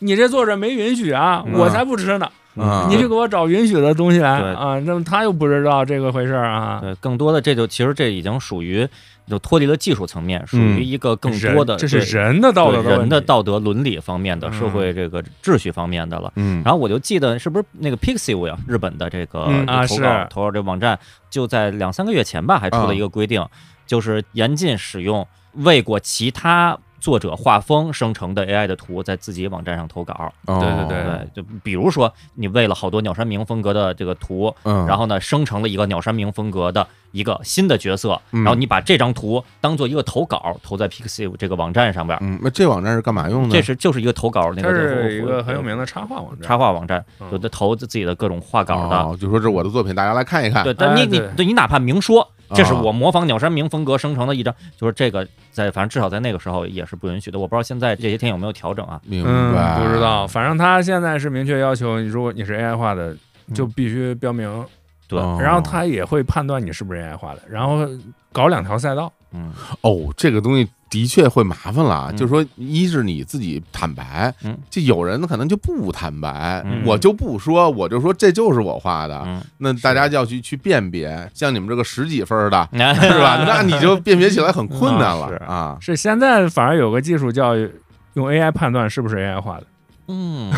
你这作者没允许啊，嗯我才不吃呢！嗯你就给我找允许的东西来对啊！那么他又不知道这个回事儿啊，对，更多的这就其实这已经属于就脱离了技术层面，属于一个更多的人这是对人的道对德的人的问题道德伦理方面的嗯社会这个秩序方面的了。嗯，然后我就记得是不是那个 Pixiv 呀，日本的这个嗯啊投是啊稿投稿这网站，就在两三个月前吧，还出了一个规定，就是严禁使用未过其他作者画风生成的 AI 的图在自己网站上投稿。哦对对对，就比如说你为了好多鸟山明风格的这个图，嗯，然后呢，生成了一个鸟山明风格的一个新的角色，嗯然后你把这张图当做一个投稿，投在 Pixiv 这个网站上边儿，嗯，那这网站是干嘛用的？这是就是一个投稿，那它个嗯是一个很有名的插画网站插。画网站，嗯有的投自己的各种画稿的。哦，就说这是我的作品，大家来看一看，对，但你哎你对对你哪怕明说，这是啊我模仿鸟山明风格生成的一张，就是这个在反正至少在那个时候也是不允许的。我不知道现在这些天有没有调整啊？明白？嗯，不知道，，反正他现在是明确要求，你如果你是 AI 画的，就必须标明，对，哦然后他也会判断你是不是 AI 画的，然后搞两条赛道。嗯，哦，这个东西的确会麻烦了啊，嗯就是说，一是你自己坦白，嗯就有人可能就不坦白，嗯我就不说，我就说这就是我画的，嗯，那大家就要去去辨别，像你们这个十几分儿的，是是 吧？那你就辨别起来很困难了嗯嗯是啊。是现在反而有个技术叫用 AI 判断是不是 AI 画的，嗯，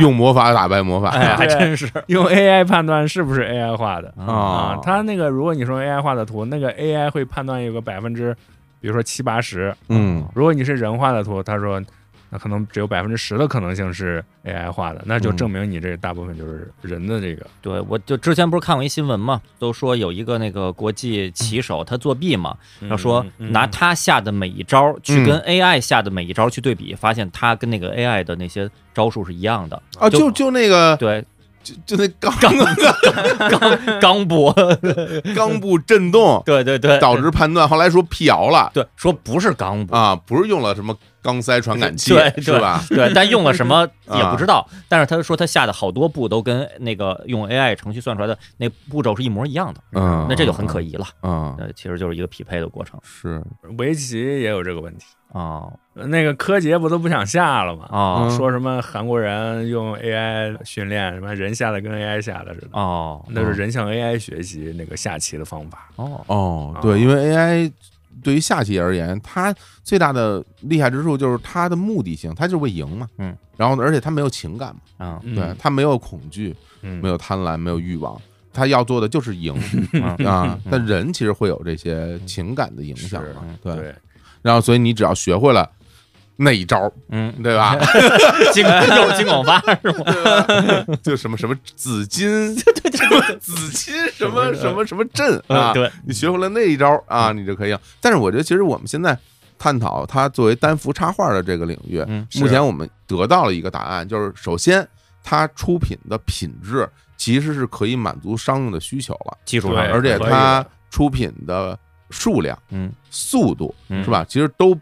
用魔法打败魔法，哎，嗯还真是，用 AI 判断是不是 AI 画的哦啊。他那个如果你说 AI 画的图，那个 AI 会判断有个百分之，比如说七八十。嗯如果你是人画的图，他说。那可能只有百分之十的可能性是 AI 画的，那就嗯证明你这大部分就是人的这个对，我就之前不是看过一新闻嘛，都说有一个那个国际棋手他作弊嘛，嗯然后嗯说拿他下的每一招去跟 AI 下的每一招去对比，发现他跟那个 AI 的那些招数是一样的啊，就就那个，对，就就那钢钢刚博， 钢部震动对对对，导致判断，后来说辟谣了对说不是刚博，啊啊，不是用了什么钢塞传感器对对是吧？ 对，但用了什么啊也不知道。但是他说他下的好多步都跟那个用 AI 程序算出来的那步骤是一模一样的，嗯，那这就很可疑了。嗯，嗯呃，其实就是一个匹配的过程是围棋也有这个问题。啊那个柯洁不都不想下了吗？啊嗯说什么韩国人用 AI 训练，什么人下的跟 AI 下的似的，哦那是人向 AI 学习那个下棋的方法。哦哦，啊对，因为 AI 对于下棋而言，它最大的厉害之处就是它的目的性，它就是为赢嘛。嗯，然后呢而且它没有情感嘛，啊对，它没有恐惧，嗯，没有贪婪，没有欲望。它要做的就是 赢嗯啊！但人其实会有这些情感的影响嘛对。是，对，然后，所以你只要学会了那一招，嗯， 对吧？金又是金广啊发 是吗？ 就什么什么紫 金，紫金什么什么什么阵啊？嗯，对，你学会了那一招嗯啊，你就可以了。但是我觉得，其实我们现在探讨它作为单幅插画的这个领域，嗯目前我们得到了一个答案，就是首先它出品的品质其实是可以满足商用的需求了，技术对上而且可以它的出品的数量、嗯速度嗯是吧，其实都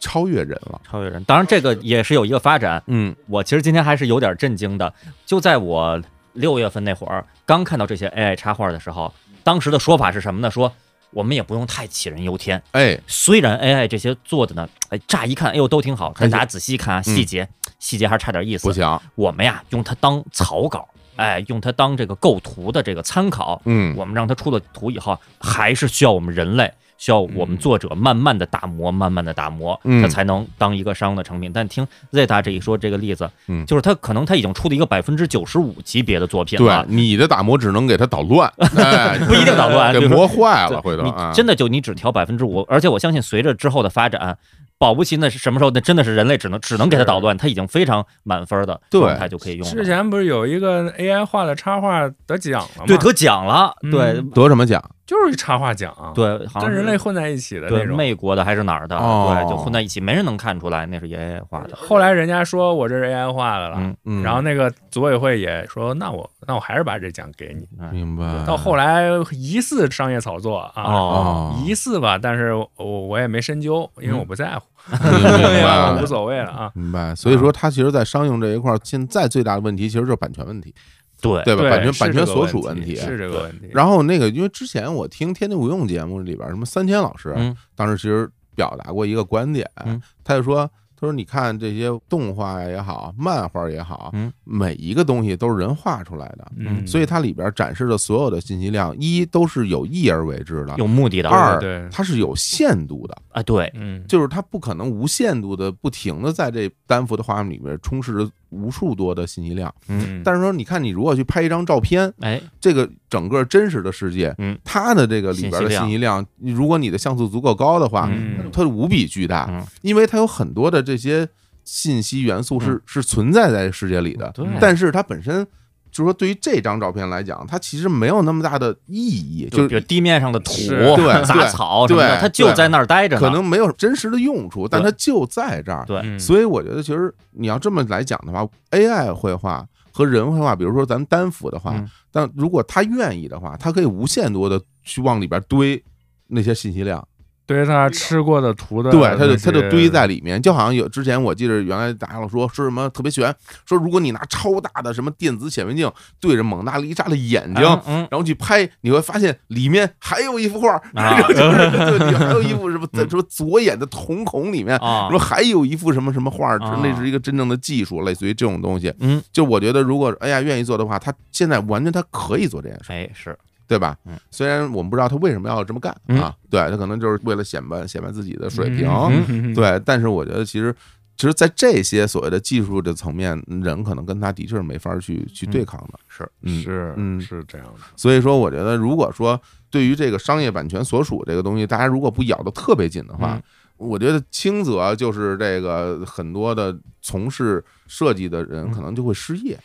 超越人了。超越人，当然这个也是有一个发展，嗯我其实今天还是有点震惊的，就在我六月份那会儿刚看到这些 AI 插画的时候，当时的说法是什么呢？说我们也不用太杞人忧天，哎，虽然 AI 这些做的呢，哎，乍一看，哎呦都挺好，但是大家仔细看啊，细节、细节还是差点意嗯不思。行，我们呀，用它当草稿，哎，用它当这个构图的这个参考。嗯，我们让它出了图以后，还是需要我们人类，需要我们作者慢慢的打磨，慢慢的打磨，嗯它才能当一个商用的成品。但听 Zeta 这一说这个例子，嗯就是它可能它已经出了一个百分之九十五级别的作品对了，你的打磨只能给它捣 乱，哎，不一定捣乱给就是磨坏对了，回头你啊，真的就你只调百分之五，而且我相信随着之后的发展，保不齐那是什么时候那真的是人类只能只能给它捣乱，它已经非常满分的对状态就可以用之了。前不是有一个 AI 画的插画得奖了吗？对，得奖了，对嗯得什么奖？就是一插画奖，，对，好像跟是人类混在一起的对那种。美国的还是哪儿的，哦对，就混在一起，没人能看出来那是 AI 画的。后来人家说我这是 AI 画的了，嗯嗯，然后那个组委会也说，那我那我还是把这奖给你。明白。到后来疑似商业炒作啊，哦，嗯哦，疑似吧，但是我我也没深究，因为我不在乎，明对呀，白我无所谓了啊。明白。所以说，它其实，在商用这一块儿，现在最大的问题其实就是版权问题，对，对吧？对版权是版这权个所属问题。是这个问题。然后那个，因为之前我听《天地无用》节目里边儿，什么三千老师，啊嗯当时其实表达过一个观点，嗯他就说，他说你看这些动画也好，漫画也好，嗯每一个东西都是人画出来的，嗯，所以它里边儿展示的所有的信息量，一都是有意而为之的，有目的的。二对对它是有限度的。啊，对，嗯，就是它不可能无限度的不停的在这单幅的画面里面充斥着无数多的信息量。嗯但是说，你看你如果去拍一张照片，哎，这个整个真实的世界，嗯，它的这个里边信息的量信息量，如果你的像素足够高的话，嗯它无比巨大嗯，因为它有很多的这些信息元素是嗯是存在在世界里的，对，但是它本身。就是说，对于这张照片来讲，它其实没有那么大的意义，就就比如地面上的土是、对杂草什么的，对它就对在那儿待着呢，可能没有真实的用处，但对它就在这儿。对，嗯所以我觉得，其实你要这么来讲的话，AI 绘画和人绘画，比如说咱们单幅的话，嗯但如果他愿意的话，他可以无限多的去往里边堆那些信息量，对于他吃过的图的那对些，，他就他就堆在里面，就好像有之前我记得原来大家老说说什么特别悬，说如果你拿超大的什么电子显微镜对着蒙娜丽莎的眼睛。嗯嗯，然后去拍，你会发现里面还有一幅画，啊 就是对，里面还有一幅什么在什么左眼的瞳孔里面， 啊说，还有一幅什么什么画儿，啊那是一个真正的技术，类似于这种东西。嗯，就我觉得，如果 AI 愿意做的话，他现在完全他可以做这件事，哎，是，对吧嗯？虽然我们不知道他为什么要这么干嗯啊，对他可能就是为了显摆显摆自己的水平，嗯嗯嗯对。但是我觉得，其实其实，在这些所谓的技术的层面，人可能跟他的确是没法去去对抗的。是，嗯，是嗯是这样的，所以说，我觉得如果说对于这个商业版权所属这个东西，大家如果不咬得特别紧的话，嗯我觉得轻则就是这个很多的从事设计的人可能就会失业，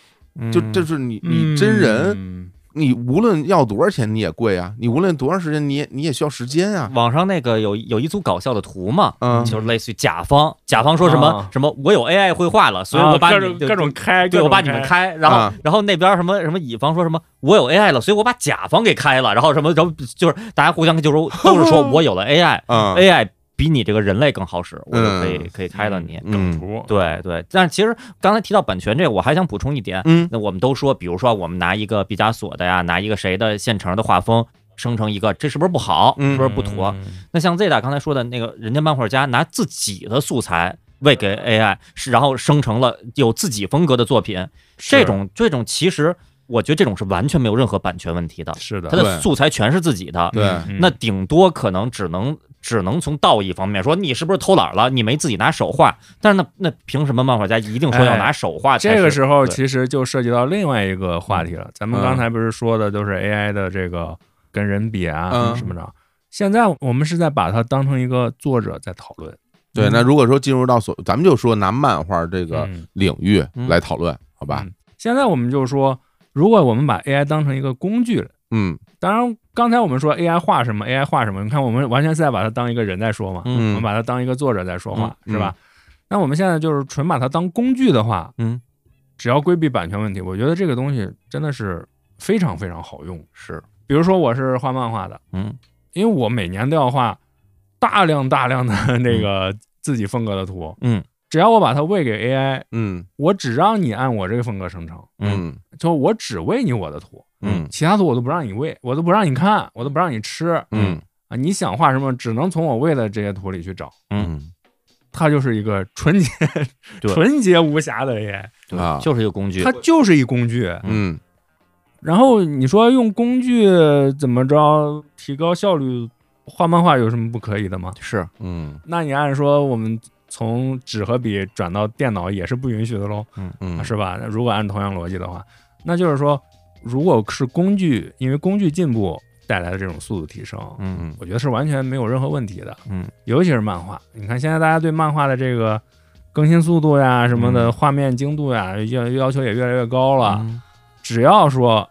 就这是你你真人，嗯你无论要多少钱你也贵啊，你无论多长时间你也你也需要时间啊，网上那个有有一组搞笑的图嘛，嗯就是类似于甲方，甲方说什么、啊什么，我有 AI 绘画了，所以啊我把各你种就各种开，对各我种把你们开，然后、啊然后那边什么什么乙方说什么我有 AI 了，所以我把甲方给开了，然后什么然后就是大家互相就说都是说我有了 AI，AI、啊， AI 比你这个人类更好使，我就可以、嗯可以开了你。梗嗯图，对对，但其实刚才提到版权这个，我还想补充一点，嗯那我们都说，比如说我们拿一个毕加索的呀，拿一个谁的现成的画风生成一个，这是不是不好？嗯是不是不妥？嗯，那像 Z 大刚才说的那个人家漫画家拿自己的素材喂给 AI，是然后生成了有自己风格的作品，这种这种其实我觉得这种是完全没有任何版权问题的，是的它，的素材全是自己的，对嗯那顶多可能只能。只能从道义方面说，你是不是偷懒了？你没自己拿手画，但是那那凭什么漫画家一定说要哎拿手画才是？这个时候对其实就涉及到另外一个话题了。咱嗯们刚才不是说的都是 AI 的这个跟人比啊嗯什么的，现在我们是在把它当成一个作者在讨论。对，那如果说进入到所，咱们就说拿漫画这个嗯领域嗯来讨论，好吧嗯？现在我们就说，如果我们把 AI 当成一个工具，嗯当然刚才我们说 AI 画什么，AI 画什么，你看我们完全是在把它当一个人在说嘛，我嗯们把它当一个作者在说话，嗯是吧？那我们现在就是纯把它当工具的话，嗯，只要规避版权问题，我觉得这个东西真的是非常非常好用。是，比如说我是画漫画的，嗯因为我每年都要画大量大量的那嗯个自己风格的图，嗯只要我把它喂给 AI，嗯我只让你按我这个风格生成，嗯就我只喂你我的图，嗯其他图我都不让你喂，我都不让你看，我都不让你吃嗯啊！你想画什么，只能从我喂的这些图里去找。嗯它就是一个纯洁、对纯洁无瑕的 AI，对啊就是一个工具它。就是一工具。嗯然后你说用工具怎么着提高效率？画漫画有什么不可以的吗？是，嗯那你按说我们从纸和笔转到电脑也是不允许的喽，嗯，是吧？那如果按同样逻辑的话，那就是说，如果是工具，因为工具进步带来的这种速度提升，嗯嗯我觉得是完全没有任何问题的。嗯，尤其是漫画，你看现在大家对漫画的这个更新速度呀、什么的嗯画面精度呀，要要求也越来越高了。嗯只要说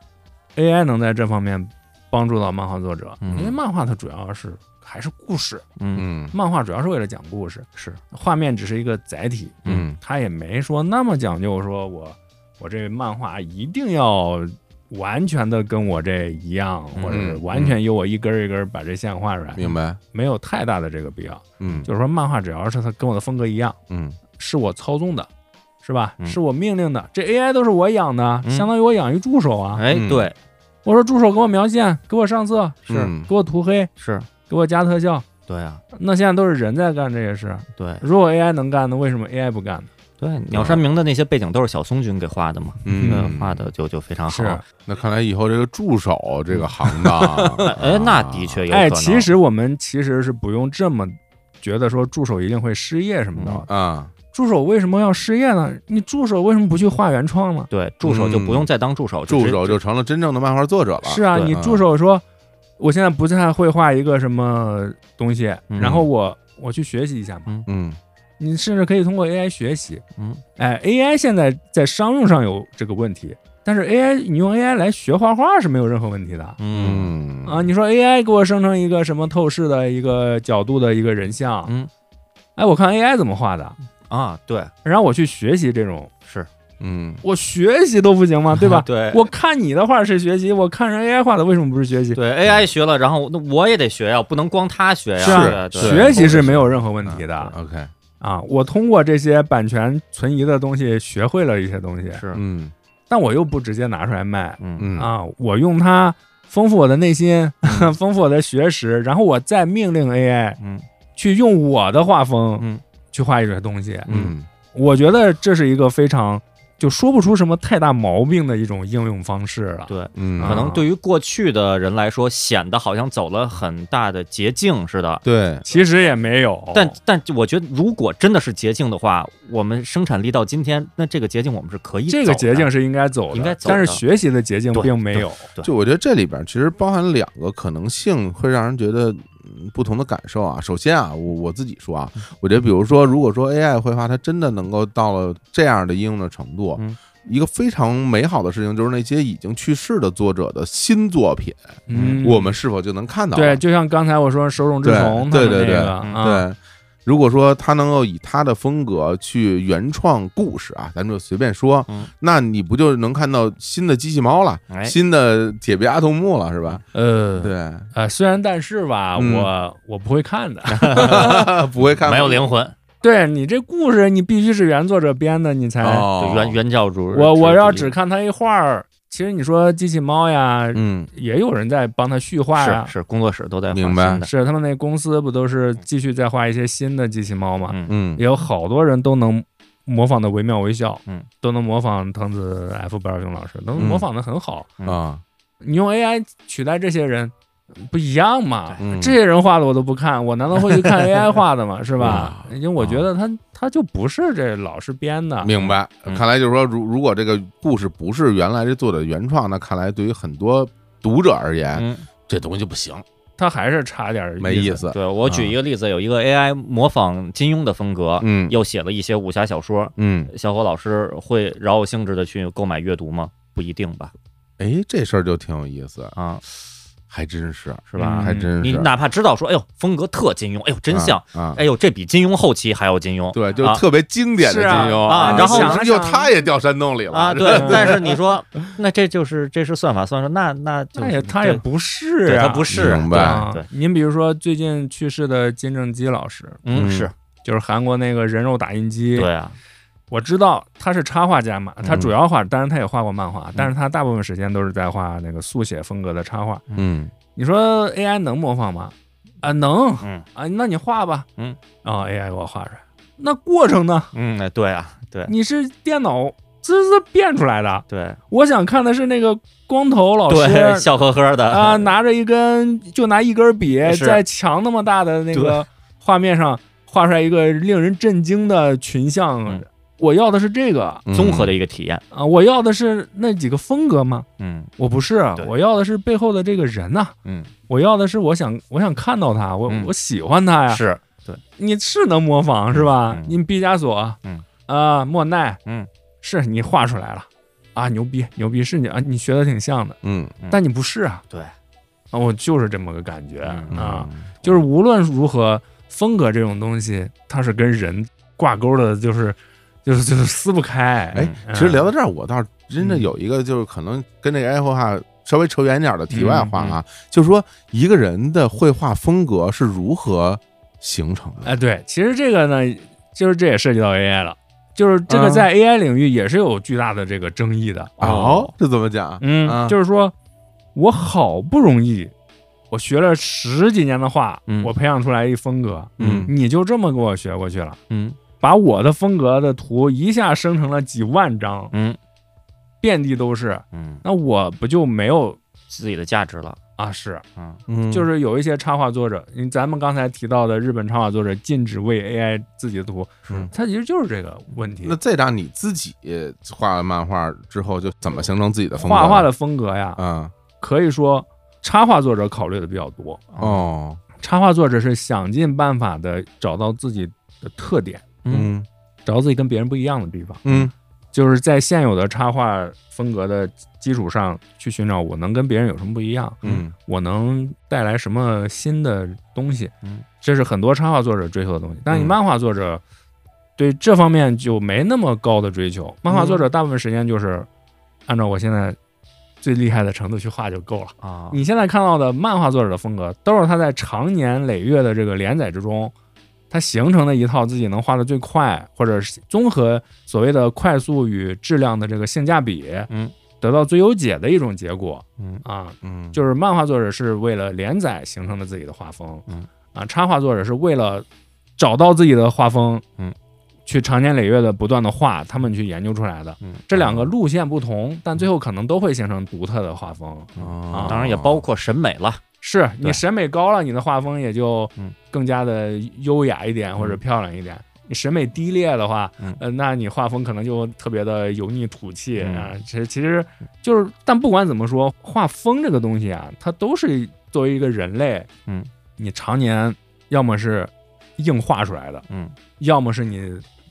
AI 能在这方面帮助到漫画作者，嗯因为漫画它主要是还是故事，嗯嗯漫画主要是为了讲故事，是画面只是一个载体，嗯它也没说那么讲究，说我我这漫画一定要完全的跟我这一样，嗯或者是完全由我一根儿一根儿把这线画出来，嗯明白。没有太大的这个必要。嗯就是说，漫画只要是它跟我的风格一样，嗯是我操纵的，是吧？嗯是我命令的，这 AI 都是我养的，嗯相当于我养一助手啊。哎嗯对我说助手给我描线，给我上色，是嗯给我涂黑，是，给我加特效。对啊那现在都是人在干这些事，对如果 AI 能干的，为什么 AI 不干呢？对，鸟山明的那些背景都是小松君给画的嘛，嗯，画的就就非常啊好。那看来以后这个助手这个行 当，啊哎，那的确有可能。哎，其实我们其实是不用这么觉得说助手一定会失业什么嗯的。啊，助手为什么要失业呢？你助手为什么不去画原创呢？对助手就不用再当助手，就助直手就成了真正的漫画作者了。是啊，对嗯你助手说，我现在不太会画一个什么东西，嗯然后我我去学习一下嘛。嗯你甚至可以通过 AI 学习。嗯，哎，AI 现在在商用上有这个问题，但是 AI 你用 AI 来学画画是没有任何问题的。嗯嗯啊，你说 AI 给我生成一个什么透视的一个角度的一个人像，嗯，哎，我看 AI 怎么画的，啊对然后我去学习这种，是嗯我学习都不行 吗？对吧？对我看你的画是学习，我看人 AI 画的为什么不是学习？对 AI 学了，然后那我也得学呀，不能光他学呀。是啊对对嗯学习是没有任何问题的，OK，啊！我通过这些版权存疑的东西学会了一些东西，是嗯但我又不直接拿出来卖嗯嗯啊！我用它丰富我的内心， 丰富我的学识，然后我再命令 AI 嗯去用我的画风，嗯去画一些东西。嗯我觉得这是一个非常就说不出什么太大毛病的一种应用方式了。对。嗯，可啊能对于过去的人来说，显得好像走了很大的捷径似的，对，其实也没有，但但我觉得，如果真的是捷径的话，我们生产力到今天，那这个捷径我们是可以这个走的捷径是应该走的，应该走的但是学习的捷径并没有。对就我觉得这里边其实包含两个可能性，会让人觉得嗯不同的感受啊。首先啊，我我自己说啊，嗯我觉得比如说，如果说 AI 绘画它真的能够到了这样的应用的程度嗯，一个非常美好的事情就是那些已经去世的作者的新作品，嗯，我们是否就能看到了？对，就像刚才我说手冢治虫他对们对那对个啊，对，如果说他能够以他的风格去原创故事啊，咱们就随便说，嗯那你不就能看到新的机器猫了，哎新的铁臂阿童木了，是吧？呃对，呃，虽然但是吧，嗯我我不会看的。不会看没有灵魂，对你这故事，你必须是原作者编的，你才哦就，原原教主。我我要只是看他一画儿，其实你说机器猫呀，嗯也有人在帮他续画呀。是工作室都在画明白新的是他们那公司不都是继续在画一些新的机器猫吗？嗯嗯也有好多人都能模仿的惟妙惟肖，嗯，都能模仿藤子 F 不二雄老师，能嗯模仿的很好。啊，你用 AI 取代这些人，不一样嘛？嗯这些人画的我都不看，我难道会去看 AI 画的吗？是 吧？因为我觉得他他就不是这老师编的，明白，啊嗯看来就是说，如如果这个故事不是原来这作者原创，那看来对于很多读者而言，嗯，这东西就不行，他还是差点没意意。思。对我举一个例子，有一个 AI 模仿金庸的风格，嗯又写了一些武侠小说，嗯，小伙老师会饶有兴致的去购买阅读吗？不一定吧，哎，这事儿就挺有意思，啊，还真是，嗯是吧？还真是。你哪怕知道说，哎呦，风格特金庸，哎呦，真像，啊啊哎呦，这比金庸后期还要金庸，对，就是啊特别经典的是金啊庸啊然后是想不了是就想他也掉山洞里了 啊，对对。但是你说，那这就是这是算法算说，那那就他也哎他也对不是对啊，他不是，明白啊对对，您比如说最近去世的金正基老师，嗯嗯，是就是韩国那个人肉打印机，对啊，我知道他是插画家嘛，他嗯主要画，当然他也画过漫嗯画，但是他大部分时间都是在画那个速写风格的插画。嗯，你说 AI 能模仿吗？啊，能嗯啊，那你画吧，嗯，啊，AI 给我画出来，那过程呢？嗯，哎对啊，对你是电脑滋滋变出来的。对我想看的是那个光头老对，师笑呵呵的哦啊，拿着一根就拿一根笔， 是在墙那么大的那个画面上画出来一个令人震惊的群像。嗯我要的是这个， 嗯综合的一个体验，啊，我要的是那几个风格吗？嗯我不是啊对，我要的是背后的这个人呐、嗯，我要的是我想我想看到他，我、嗯我喜欢他呀。是你是能模仿是吧？嗯你毕加索，嗯啊、莫奈，嗯，是你画出来了啊，牛逼牛逼，是你啊，你学的挺像的，嗯，嗯但你不是啊。对啊，我就是这么个感觉、嗯嗯啊，，就是无论如何，风格这种东西它是跟人挂钩的，就是就是就是撕不开。哎嗯，其实聊到这儿，我倒是真的嗯有一个，就是可能跟这个 Apple 话稍微扯远点儿的题嗯外话啊，就是说一个人的绘画风格是如何形成的？哎，对，其实这个呢，就是这也涉及到 AI 了，就是这个嗯在 AI 领域也是有巨大的这个争议的。哦，这怎么讲？嗯，啊就是说我好不容易，我学了十几年的画，嗯我培养出来一风格，嗯你就这么给我学过去了，嗯把我的风格的图一下生成了几万张，嗯遍地都是，嗯，那我不就没有自己的价值了，啊？是，嗯嗯，就是有一些插画作者，因为咱们刚才提到的日本插画作者禁止为 AI 自己的图，是它其实就是这个问题。那再让你自己画完漫画之后，就怎么形成自己的风格？画画的风格呀，啊，可以说插画作者考虑的比较多。哦，插画作者是想尽办法的找到自己的特点，嗯找到自己跟别人不一样的地方，嗯就是在现有的插画风格的基础上去寻找我能跟别人有什么不一样，，嗯我能带来什么新的东西，嗯，这是很多插画作者追求的东西。但你嗯漫画作者对这方面就没那么高的追求，漫画嗯作者大部分时间就是按照我现在最厉害的程度去画就够了。啊，你现在看到的漫画作者的风格，都是他在长年累月的这个连载之中，他形成的一套自己能画的最快，或者是综合所谓的快速与质量的这个性价比，嗯，得到最优解的一种结果嗯啊。嗯，就是漫画作者是为了连载形成的自己的画风，嗯，啊，插画作者是为了找到自己的画风，嗯，去长年累月的不断的画，他们去研究出来的。嗯，这两个路线不同，但最后可能都会形成独特的画风。啊哦当然也包括审美了，是你对审美高了，你的画风也就嗯更加的优雅一点或者漂亮一点。你审美低劣的话，嗯呃，那你画风可能就特别的油腻土气嗯啊。其实其实就是，但不管怎么说，画风这个东西啊，它都是作为一个人类，嗯，你常年要么是硬画出来的，嗯，要么是你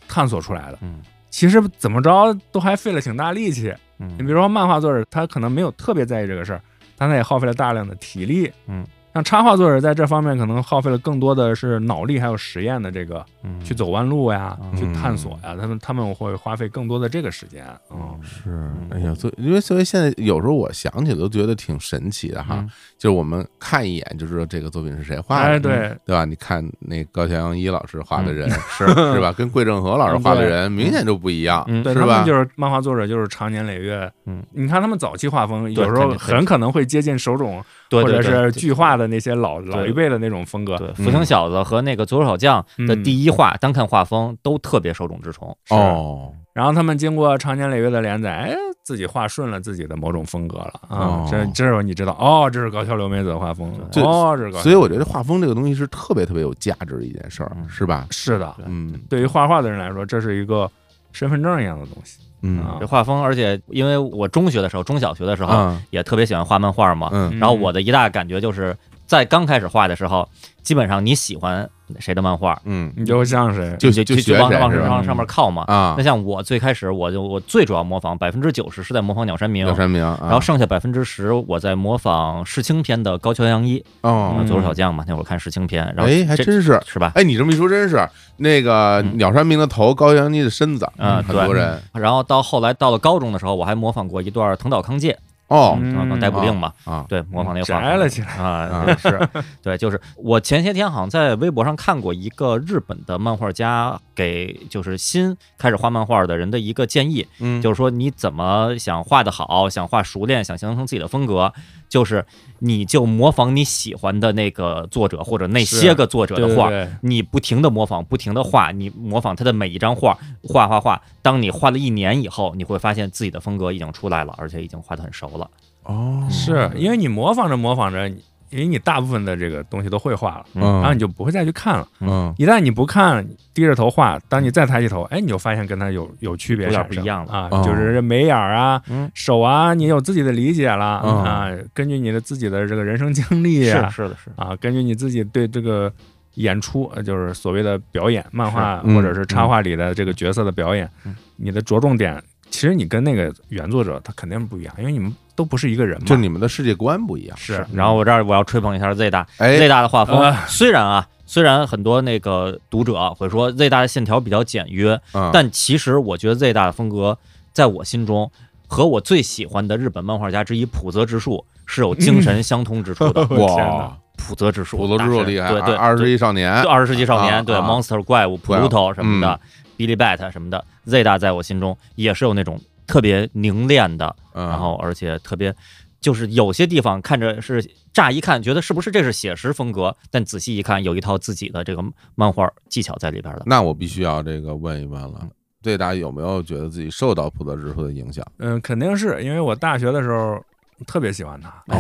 探索出来的。嗯其实怎么着都还费了挺大力气。你比嗯如说漫画作者，他可能没有特别在意这个事儿，但他也耗费了大量的体力，嗯，像插画作者在这方面可能耗费了更多的是脑力还有实验的这个嗯去走弯路呀，嗯去探索呀，他们他们会花费更多的这个时间。嗯，是，哎呀，所以因为所以现在有时候我想起都觉得挺神奇的哈，嗯就是我们看一眼就知道这个作品是谁画的，嗯哎，嗯对，对吧？你看那高桥阳一老师画的人、是是吧，跟桂正和老师画的人明显就不一样，嗯对是他吧们？就是漫画作者，就是长年累月，嗯，你看他们早期画风，对有时肯候定对很可能会接近手冢对或对者对是巨画的那些老对老一辈的那种风格。对，嗯福星小子和那个左手小将的嗯第一画，单看画风都特别手冢治虫。是，哦，然后他们经过长年累月的连载，哎，自己画顺了自己的某种风格了啊哦。这这时候你知道，哦，这是高桥留美子的画风，对哦，这是高桥所以我觉得画风这个东西是特别特别有价值的一件事儿，嗯是吧？是的，嗯对于画画的人来说，这是一个身份证一样的东西。嗯啊这画风，而且因为我中学的时候，中小学的时候啊也特别喜欢画漫画嘛，嗯然后我的一大感觉就是在刚开始画的时候，基本上你喜欢谁的漫画，嗯你就像谁？就你就就就学往谁往是吧上上面靠嘛。啊那，像我最开始我就我最主要模仿百分之九十是在模仿鸟山明鸟，山明，啊然后剩下百分之十我在模仿世青篇的高桥阳一，啊哦，嗯左手小将嘛，那会儿看世青篇，然后哎，还这真是。是吧？哎，你这么一说，真是那个嗯鸟山明的头，高阳基的身子，嗯很多对人然后到后来到了高中的时候，我还模仿过一段藤岛康介，哦嗯藤岛康逮捕令嘛，啊，对，模仿那个画宅风了起来。啊，啊是，对，就是我前些天好像在微博上看过一个日本的漫画家给就是新开始画漫画的人的一个建议，嗯，就是说你怎么想画的好，想画熟练，想形成自己的风格，就是你就模仿你喜欢的那个作者或者那些个作者对的对画。对你不停的模仿，不停的画，你模仿他的每一张画，画画画。当你画了一年以后，你会发现自己的风格已经出来了，而且已经画得很熟了。哦，是因为你模仿着模仿着，你因为你大部分的这个东西都会画了，嗯然后你就不会再去看了。嗯一旦你不看，低着头画，当你再抬起头，哎，你就发现跟它有有区别有点产生，不一样了啊，哦就是这眉眼儿啊、嗯手啊，你有自己的理解了嗯啊，根据你的自己的这个人生经历是啊，是的，是的。啊，根据你自己对这个演出，呃就是所谓的表演，漫画嗯或者是插画里的这个角色的表演，嗯你的着重点，其实你跟那个原作者他肯定是不一样，因为你们都不是一个人嘛。就你们的世界观不一样，是然后我这儿我要吹捧一下 Z 大、哎 z，大的画风、啊虽然啊，虽然很多那个读者啊会说 Z 大的线条比较简约，嗯但其实我觉得 Z 大的风格在我心中和我最喜欢的日本漫画家之一浦泽直树是有精神相通之处的。我天哪嗯 哇，浦泽直树，普罗之大若神厉害，对对，二十一少年对。二十世纪少年，啊对、啊嗯 Monster 怪物、怪物 Pluto 什么的、b i l l y Bat 什么的，Z 大在我心中也是有那种特别凝练的，嗯然后而且特别，就是有些地方看着是乍一看觉得是不是这是写实风格，但仔细一看有一套自己的这个漫画技巧在里边的。那我必须要这个问一问了，对大家有没有觉得自己受到普泽之树的影响？嗯，肯定是因为我大学的时候特别喜欢他，哦，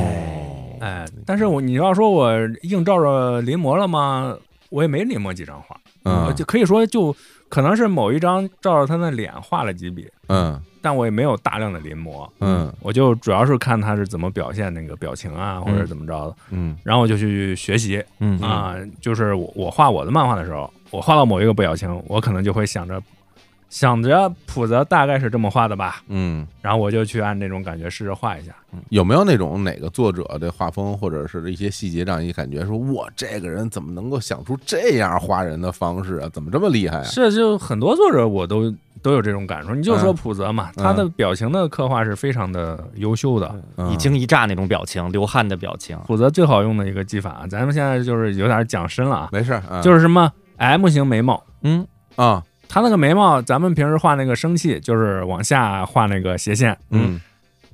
哎，但是我你要说我映照着临摹了吗？我也没临摹几张画，嗯呃就可以说就可能是某一张照着他的脸画了几笔，嗯但我也没有大量的临摹，嗯我就主要是看他是怎么表现那个表情啊，或者怎么着的，嗯然后我就去学习嗯啊。就是我我画我的漫画的时候，我画到某一个表情，我可能就会想着想着谱子大概是这么画的吧，嗯，然后我就去按那种感觉试着画一下。有没有那种哪个作者的画风或者是一些细节让你感觉说，哇，这个人怎么能够想出这样画人的方式啊？怎么这么厉害啊？是，就很多作者我都都有这种感受。你就说嗯普泽嘛，嗯他的表情的刻画是非常的优秀的。嗯一惊一乍那种表情，流汗的表情，普泽最好用的一个技法啊，咱们现在就是有点讲深了啊，没事儿，嗯就是什么 M 型眉毛。嗯，啊，他那个眉毛，咱们平时画那个生气就是往下画那个斜线，嗯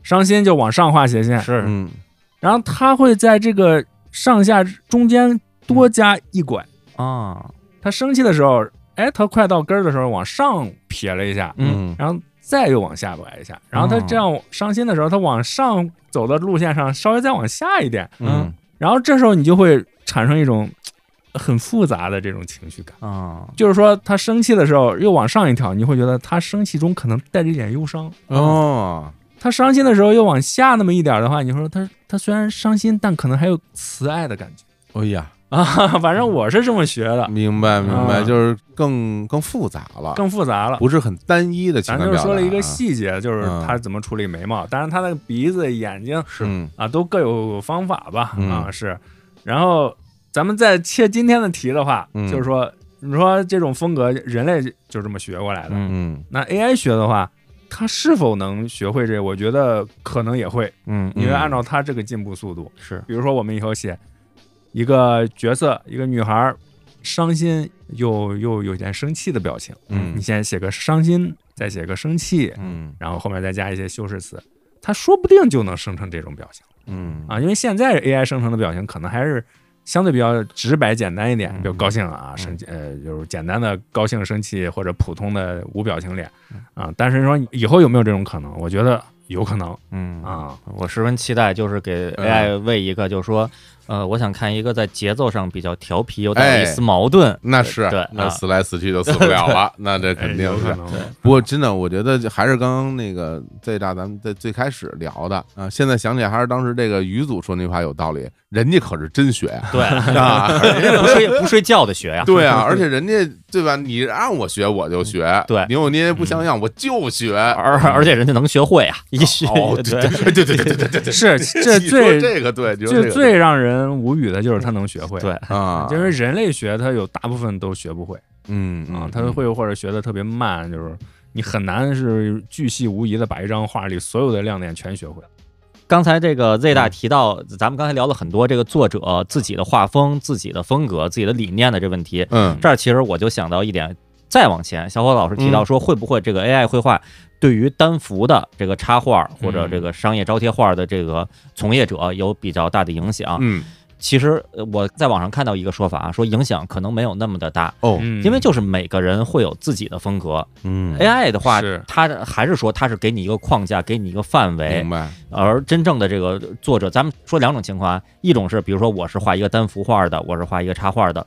伤心就往上画斜线，是嗯然后他会在这个上下中间多加一拐。啊，他生气的时候，哎，他快到根儿的时候往上撇了一下，嗯，嗯然后再又往下拐一下，然后他这哦样伤心的时候，他往上走的路线上稍微再往下一点，嗯然后这时候你就会产生一种嘖很复杂的这种情绪感。啊，就是说，他生气的时候又往上一跳，你会觉得他生气中可能带着一点忧伤；哦，他伤心的时候又往下那么一点儿的话，你会说他他虽然伤心，但可能还有慈爱的感觉 哎呀，啊。反正我是这么学的，明白明白，啊就是更更复杂了，更复杂了。不是很单一的情咱感表就达啊。是说了一个细节，就是嗯他怎么处理眉毛，当然他的鼻子、眼睛嗯啊，都各有方法吧，嗯啊是。然后咱们再切今天的题的话，嗯就是说，你说这种风格，人类就这么学过来的。嗯嗯那 AI 学的话，它是否能学会这个？我觉得可能也会，嗯因为按照它这个进步速度，是比如说我们以后写一个角色，一个女孩儿伤心又又有点生气的表情，嗯你先写个伤心，再写个生气，嗯然后后面再加一些修饰词，它说不定就能生成这种表情嗯啊。因为现在 AI 生成的表情可能还是相对比较直白简单一点，嗯比如高兴啊，生气呃就是简单的高兴、生气或者普通的无表情脸嗯啊。但是说以后有没有这种可能？我觉得有可能嗯啊。我十分期待，就是给嗯 AI 喂一个，就是说，呃，我想看一个在节奏上比较调皮，有哎带一丝 矛盾。那是对那啊，死来死去就死不了 了，那这肯定哎有可是。能，不过真的，我觉得还是刚刚那个最大咱们在最开始聊的啊，现在想起来还是当时这个于祖说那句话有道理，人家可是真学啊 对，啊，人家不睡不睡觉的学呀。对啊，而且人家对吧？你让我学我就学，嗯对你有你也不想想，我就学。 而而且人家能学会啊，一学哦，对对对对对对 对对对，是 这你说最这个对，你说这这个最让人无语的就是他能学会，对，啊，因为人类学它有大部分都学不会嗯啊嗯，，它会或者学的特别慢，就是你很难是巨细无遗的把一张画里所有的亮点全学会。哦刚才这个 Z 嗯大提到，咱们刚才聊了很多这个作者自己的画风、自己的风格、自己的理念的这问题。嗯这儿其实我就想到一点，再往前，小伙老师提到说，会不会嗯这个 AI 绘画对于单幅的这个插画或者这个商业招贴画的这个从业者有比较大的影响？嗯其实呃我在网上看到一个说法啊，说影响可能没有那么的大。哦嗯因为就是每个人会有自己的风格嗯， ，AI 的话是，它还是说它是给你一个框架，给你一个范围明，白，而真正的这个作者，咱们说两种情况啊，一种是比如说我是画一个单幅画的，我是画一个插画的，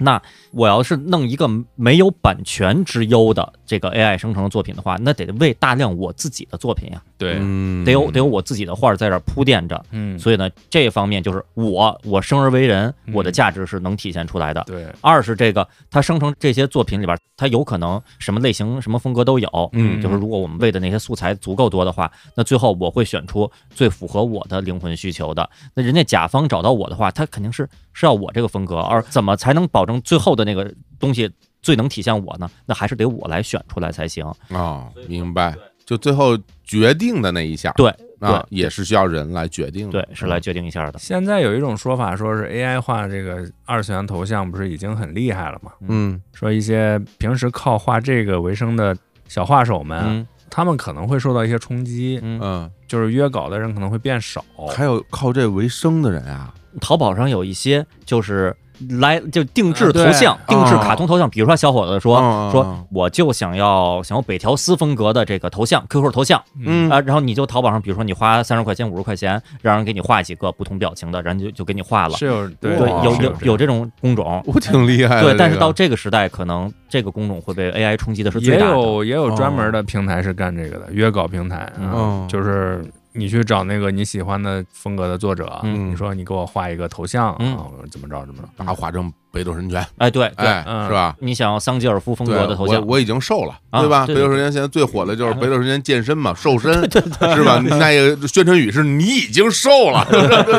那我要是弄一个没有版权之忧的这个 AI 生成的作品的话，那得为大量我自己的作品呀，对，嗯得有得有我自己的画在这儿铺垫着。嗯，所以呢，这方面就是我我生而为人，嗯我的价值是能体现出来的。对，二是这个它生成这些作品里边，它有可能什么类型、什么风格都有。嗯就是如果我们喂的那些素材足够多的话，那最后我会选出最符合我的灵魂需求的。那人家甲方找到我的话，他肯定是是要我这个风格，而怎么才能保证最后的那个东西最能体现我呢？那还是得我来选出来才行。嗯哦，明白。就最后决定的那一下，对啊对，也是需要人来决定的。对，是嗯来决定一下的。现在有一种说法，说是 AI 画这个二次元头像不是已经很厉害了嘛？嗯说一些平时靠画这个为生的小画手们，嗯他们可能会受到一些冲击，嗯，嗯，就是约稿的人可能会变少。还有靠这为生的人啊，淘宝上有一些就是来就定制啊嗯对头像、定制哦卡通头像，比如说小伙子说、哦哦哦说我就想要想要北条司风格的这个头像 QQ 头像啊、嗯然后你就淘宝上，比如说你花三十块钱五十块钱，让人给你画几个不同表情的，人就就给你画了。是有对对，哇有是有这有这种工种，我挺厉害的。对，但这是个到这个时代，可能这个工种会被 AI 冲击的是最也大的。有也有专门的平台是干这个的，约稿平台，啊嗯哦就是你去找那个你喜欢的风格的作者，嗯你说你给我画一个头像，嗯啊，怎么着怎么着，把我画成北斗神拳，哎，对对，哎，嗯是吧？你想要桑吉尔夫风格的头对像，我我已经瘦了，啊对吧？对北对嗯斗神拳现在最火的就是北斗神拳健身嘛，瘦 身，是吧？那个宣传语是你已经瘦 了，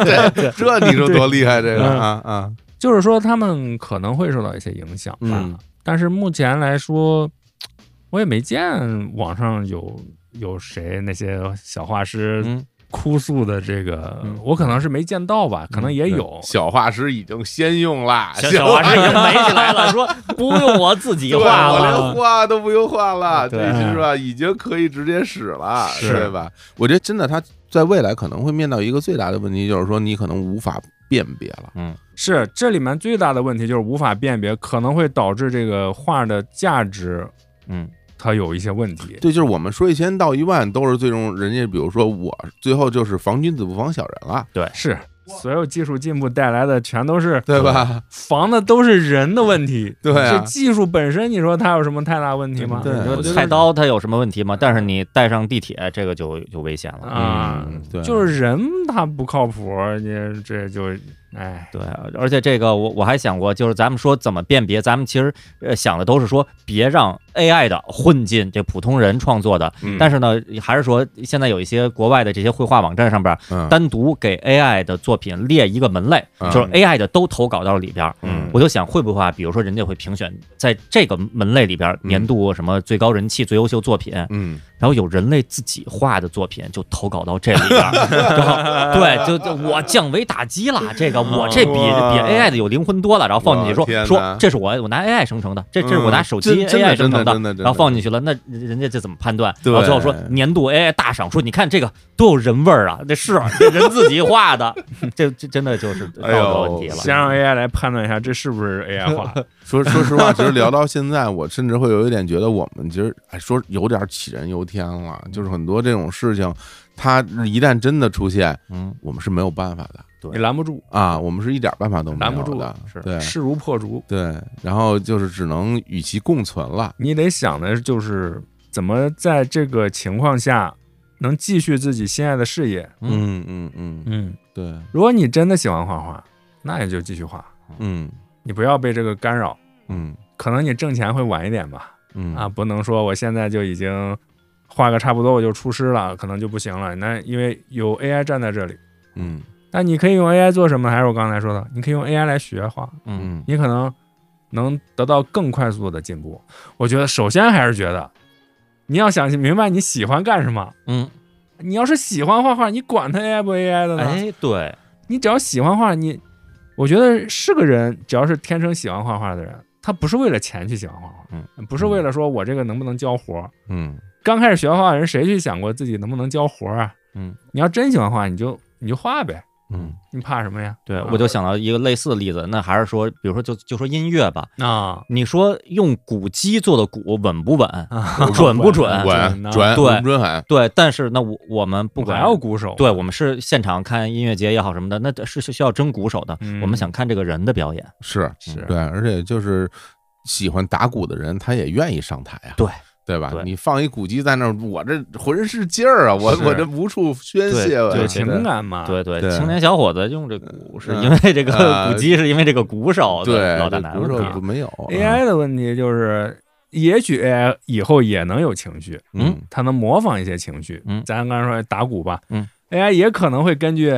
这这你说多厉害，这个嗯啊啊，就是说他们可能会受到一些影响吧。嗯但是目前来说，我也没见网上有有谁那些小画师嗯，哭诉的这个，嗯我可能是没见到吧，嗯可能也有。小画师已经先用啦，小小华画师已经美起来了，说 不用我自己画对了。我连画都不用画了，对这是吧？已经可以直接使了，是对吧？我觉得真的，他在未来可能会面到一个最大的问题，就是说你可能无法辨别了。是这里面最大的问题就是无法辨别，可能会导致这个画的价值嗯，它有一些问题。对，就是我们说一千道一万，都是最终人家，比如说我最后就是防君子不防小人了，是所有技术进步带来的全都是对吧？防的都是人的问题，对啊这技术本身，你说它有什么太大问题吗？对我觉得我就是菜刀它有什么问题吗？但是你带上地铁，这个就就危险了。啊嗯，对，就是人他不靠谱，你这就哎，对，而且这个我我还想过，就是咱们说怎么辨别，咱们其实呃想的都是说别让 AI 的混进这普通人创作的。嗯但是呢，还是说现在有一些国外的这些绘画网站上边，嗯单独给 AI 的作品列一个门类，嗯就是 AI 的都投稿到里边儿。嗯我就想会不会啊，比如说人家会评选在这个门类里边儿嗯年度什么最高人气、最优秀作品，嗯然后有人类自己画的作品就投稿到这里 边儿，然后对，就就我降维打击了，这个我这比哇比 AI 的有灵魂多了，然后放进去我天说哪说这是我我拿 AI 生成的，这这是我拿手机嗯真 AI 真生的真的成真的真的然后放进去了，那人家这怎么判断？对然后最后说年度 AI 大赏，说你看这个多有人味儿啊，那是这人自己画的， 这这真的就是道哎呦德问题了。先让 AI 来判断一下这是不是 AI 画的。说说实话，其实聊到现在，我甚至会有一点觉得我们其实哎，说有点杞人忧天了。就是很多这种事情，它一旦真的出现，嗯，我们是没有办法的你拦不住，啊，我们是一点办法都没拦不有住的，是对势如破竹。对。然后就是只能与其共存了。你得想的就是怎么在这个情况下能继续自己心爱的事业。嗯嗯嗯，嗯，对，如果你真的喜欢画画，那你就继续画，嗯你不要被这个干扰。嗯可能你挣钱会晚一点吧，嗯啊，不能说我现在就已经画个差不多我就出师了，可能就不行了。那因为有 AI 站在这里，嗯那你可以用 AI 做什么？还是我刚才说的，你可以用 AI 来学画，嗯，嗯你可能能得到更快速的进步。我觉得首先还是觉得你要想明白你喜欢干什么。嗯，你要是喜欢画画，你管它 AI 不 AI 的呢？哎，对，你只要喜欢画，你我觉得是个人，只要是天生喜欢画画的人，他不是为了钱去喜欢画画，嗯，不是为了说我这个能不能交活儿。嗯刚开始学画画的人，谁去想过自己能不能交活儿啊？嗯，你要真喜欢画，你就你就画呗，嗯你怕什么呀？对啊，我就想到一个类似的例子，那还是说，比如说就就说音乐吧，啊，你说用鼓机做的鼓稳不稳？准 不准嗯，嗯管呐转对吴准海，对，但是那我我们不我管还要鼓手，对我们是现场看音乐节也好什么的，那得是是需要真鼓手的。嗯我们想看这个人的表演，是嗯是对，而且就是喜欢打鼓的人，他也愿意上台啊。对。对吧？对你放一鼓机在那儿，我这浑是劲儿啊！我是我这无处宣泄啊，对对情感嘛，对对，对青年小伙子用这鼓是嗯因为这啊个鼓机，是因为这个鼓手对，的老大啊这难鼓手题。不没有啊 AI 的问题就是，也许 AI 以后也能有情绪，嗯它能模仿一些情绪。嗯咱刚才说打鼓吧，嗯，AI 也可能会根据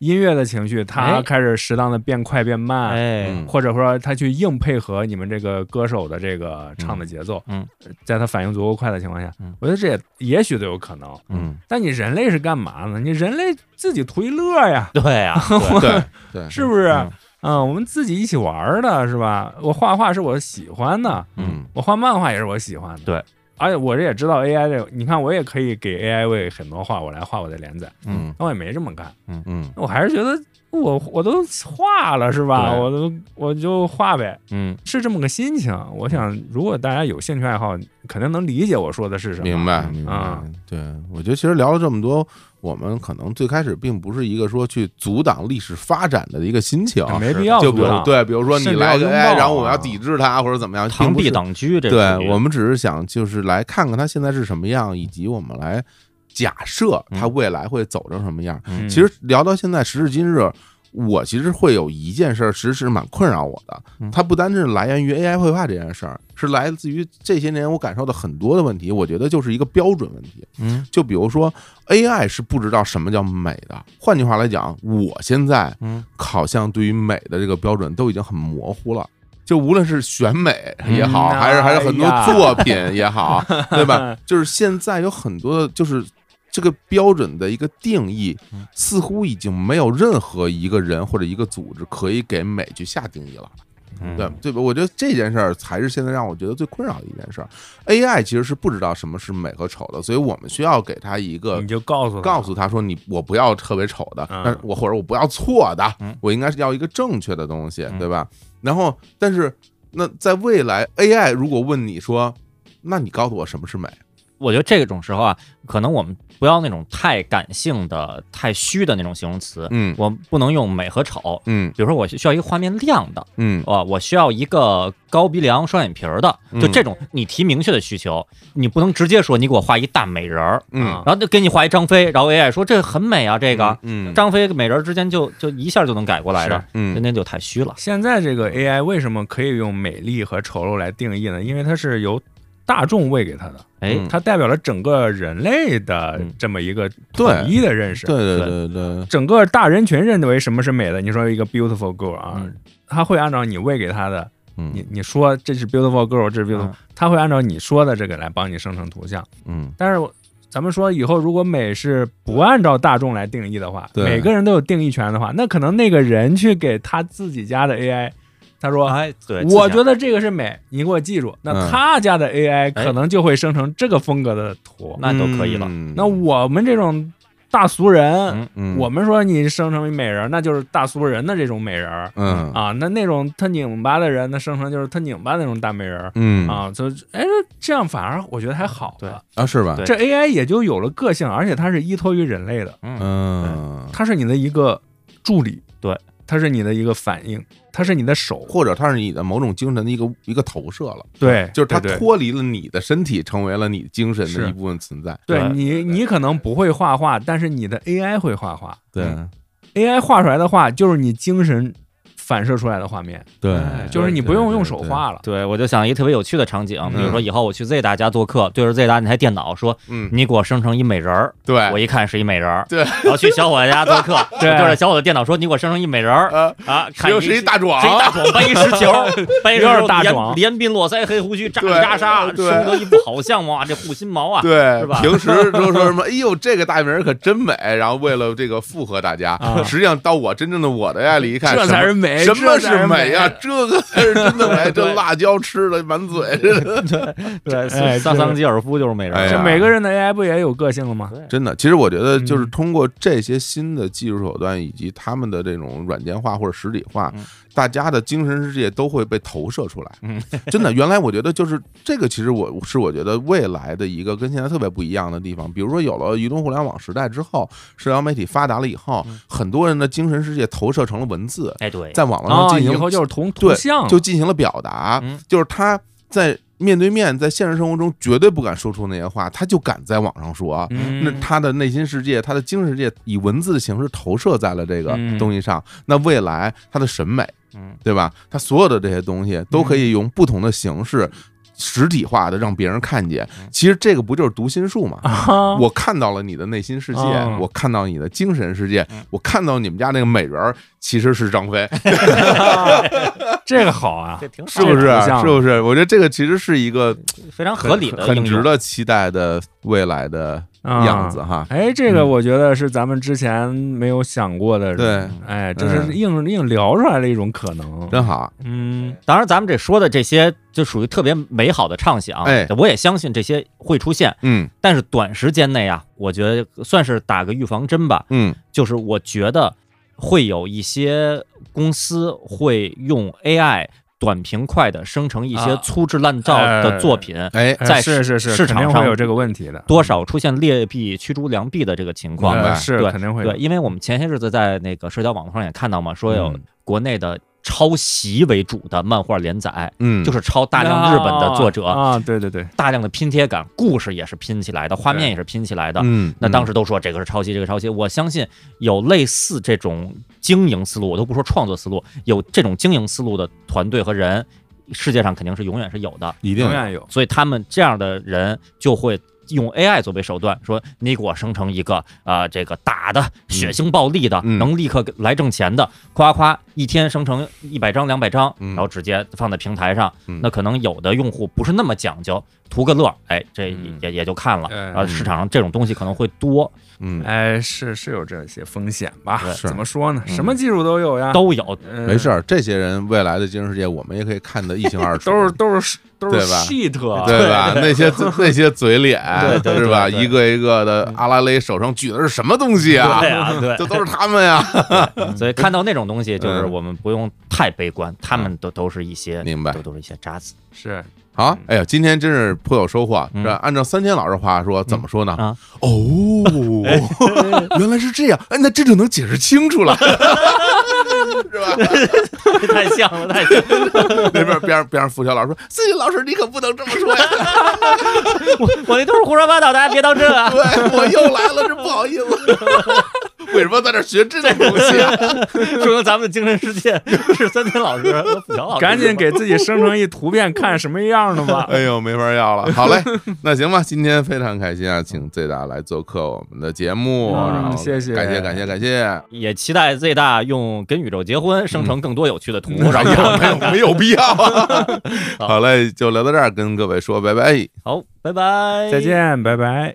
音乐的情绪，它哎开始适当的变快变慢。哎嗯，或者说，它去硬配合你们这个歌手的这个唱的节奏，嗯在它反应足够快的情况下，嗯我觉得这也也许都有可能。嗯，但你人类是干嘛呢？你人类自己图一乐呀，对啊呀，嗯对对，是不是？嗯嗯，我们自己一起玩儿的是吧？我画画是我喜欢的，嗯我画漫画也是我喜欢的。对，而且我这也知道 AI 这，你看我也可以给 AI 喂很多画，我来画我的连载，嗯但我也没这么干，嗯我还是觉得我我都画了是吧？对我都我就画呗，嗯，是这么个心情。我想，如果大家有兴趣爱好，肯定能理解我说的是什嗯，么。明白明白啊。对，我觉得其实聊了这么多，我们可能最开始并不是一个说去阻挡历史发展哦的一个心情，没必要就比阻如挡对，比如说你甚至来要个拥 AI，抱然后我啊要抵制它或者怎么样，螳并不臂是挡车这属于对我们只是想就是来看看它现在是什么样，以及我们来假设它嗯未来会走成什么样。嗯其实聊到现在，时至今日，我其实会有一件事儿，其实是蛮困扰我的嗯。它不单是来源于 AI 绘画这件事儿，是来自于这些年我感受到很多的问题。我觉得就是一个标准问题。嗯就比如说 AI 是不知道什么叫美的。换句话来讲，我现在嗯好像对于美的这个标准都已经很模糊了。就无论是选美也好，嗯还是还是很多哎呀作品也 好，对吧？就是现在有很多的，就是这个标准的一个定义嗯，似乎已经没有任何一个人或者一个组织可以给美去下定义了。嗯对对吧？我觉得这件事儿才是现在让我觉得最困扰的一件事儿。AI 其实是不知道什么是美和丑的，所以我们需要给他一个你就告诉他告诉他说你我不要特别丑的，嗯但是我或者我不要错的嗯，我应该是要一个正确的东西，对吧？然后，但是那在未来，AI 如果问你说，那你告诉我什么是美？我觉得这种时候啊，可能我们不要那种太感性的、太虚的那种形容词。嗯我不能用美和丑。嗯比如说，我需要一个画面亮的，嗯啊，我需要一个高鼻梁、双眼皮儿的，就嗯这种你提明确的需求，你不能直接说你给我画一大美人儿，嗯啊，然后就给你画一张飞，然后 AI 说这很美啊，这个嗯张飞跟美人儿之间就就一下就能改过来的，那嗯那就太虚了。现在这个 AI 为什么可以用美丽和丑陋来定义呢？因为它是由大众喂给他的，哎，嗯它代表了整个人类的嗯这么一个对统一的认识。对对对对，整个大人群认为什么是美的？你说一个 beautiful girl 啊嗯，他会按照你喂给他的，嗯你你说这是 beautiful girl，这是 beautiful，嗯他会按照你说的这个来帮你生成图像。嗯，但是我咱们说以后如果美是不按照大众来定义的话，对每个人都有定义权的话，那可能那个人去给他自己家的 AI，他说。哎，对，我自啊觉得这个是美，你给我记住。嗯那他家的 AI 哎可能就会生成这个风格的图。那都可以了嗯那我们这种大俗人，嗯我们说你生成美人儿，那就是大俗人的这种美人儿嗯啊。那那种他拧巴的人，那生成就是他拧巴那种大美人儿嗯啊。所以哎，这样反而我觉得还好了。啊是吧？对这 AI 也就有了个性，而且它是依托于人类的，嗯，嗯，它是你的一个助理，对，它是你的一个反应，它是你的手，或者它是你的某种精神的一个一个投射了，对，就是它对对脱离了你的身体，成为了你精神的是一部分存在。对对你，你可能不会画画，但是你的 AI 会画画。对，AI 画出来的画就是你精神反射出来的画面，对哎，就是你不用用手画了。对，我就想一特别有趣的场景，比如说以后我去 Z 大家做客，对着 Z 大那台电脑说，嗯，你给我生成一美人儿，对，我一看是一美人儿，对然后去小伙子家做 客，我对对着小伙子电脑说，你给我生成一美人儿呃，啊，看又一是一大壮是，一大壮，搬一石球， 搬一石有球，点大连壮连鬓络腮黑胡须，扎对里扎沙，收对得一副好相貌啊，这护心毛啊，对是，吧平时都说什么？哎呦，这个大名儿可真美。然后为了这个附和大家啊，实际上到我真正的我的眼里一看，这才是什么美，什么这才是是美呀？呀？ 这个才是真的美，这辣椒吃的满嘴，对，哎萨呃桑吉尔夫就是美人哎儿，啊呀啊这每个人的 AI 不也有个性了吗？对真的。其实我觉得，就是嗯通过这些新的技术手段以及他们的这种软件化或者实体化嗯，大家的精神世界都会被投射出来嗯。真的，原来我觉得就是这个，其实我我是我觉得未来的一个跟现在特别不一样的地方。比如说，有了移动互联网时代之后，社交媒体发达了以后，嗯很多人的精神世界投射成了文字，哎对，在网络上啊，进以行后就是图对图像了，就进行了表达嗯，就是他在面对面，在现实生活中绝对不敢说出那些话，他就敢在网上说。嗯那他的内心世界，他的精神世界，以文字的形式投射在了这个嗯东西上。那未来他的审美，嗯，对吧？他所有的这些东西都可以用不同的形式。实体化的让别人看见，其实这个不就是读心术吗？啊，我看到了你的内心世界，哦我看到你的精神世界嗯，我看到你们家那个美人儿其实是张飞， 这个好啊这，挺好是不是太抽象？了是不是？我觉得这个其实是一个非常合理的很呃应很用值得期待的未来的 啊样子。哈。哎，这个嗯我觉得是咱们之前没有想过的，对，嗯哎，这是硬硬聊出来的一种可能。真好，嗯，当然，咱们这说的这些就属于特别美好的畅想，哎我也相信这些会出现，嗯但是短时间内啊，我觉得算是打个预防针吧。嗯就是我觉得会有一些公司会用 AI 短平快的生成一些啊粗制滥造的作品，哎，哎在是是是，市肯场定上会有这个问题的。多少出现劣币驱逐良币的这个情况。明白呃是对肯定会有对，因为我们前些日子在那个社交网络上也看到嘛，说有嗯国内的抄袭为主的漫画连载，嗯，就是是抄大量日本的作者，啊，啊对对对，大量的拼贴感，故事也是拼起来的，画面也是拼起来的。嗯，那当时时都说这个是抄袭，这个抄袭。我相信有类似这种经营思路，我都不说创作思路，有这种经营思路的团队和人，世界上肯定是永远是有的。嗯一定永远有。所以他们这样的人就会用 AI 作为手段，说你给我生成一个啊、呃这个打的血腥暴力的，嗯能立刻来挣钱的，夸夸一天生成一百张两百张，嗯然后直接放在平台上。嗯那可能有的用户不是那么讲究，图个乐儿，哎，这也嗯也也就看了。嗯然后市场上这种东西可能会多，嗯，哎，是是有这些风险吧对？是怎么说呢？嗯什么技术都有呀，都有。嗯没事儿，这些人未来的精神世界，我们也可以看得一清二 楚，都是都是都是对吧 shit，对吧？那些那些嘴脸对对对是吧？对嗯一个一个的，阿拉蕾手上举的是什么东西啊对？啊，对这，都是他们 呀， 所以看到那种东西，就是嗯我们不用太悲观，他们都都是一些，明白都？都是一些渣子。 是好嗯，哎呀，今天真是颇有收获。嗯这按照三千老师话说，怎么说呢？嗯啊哦，原来是这样，哎，那这就能解释清 楚了，是吧？太像了，太像了！那边边上边上付晓老师说：“四锦老师，你可不能这么说呀！ 我那都是胡说八道，大家别当真啊！对我又来了，这不好意思。” 为什么在这学这种东西啊？ 说明咱们的精神世界是三田老师和小老师。赶紧给自己生成一图 片，看什么样的吧。哎呦，没法要了。好嘞，那行吧，今天非常开心啊，请 Z 大来做客我们的节目，嗯然后谢谢感谢感谢感谢。也期待 Z 大用跟宇宙结婚，生嗯成更多有趣的 图，然哎后呀，没有没有必要啊。好好嘞，就聊到这儿，跟各位说拜拜。好，拜拜，再。见，拜拜。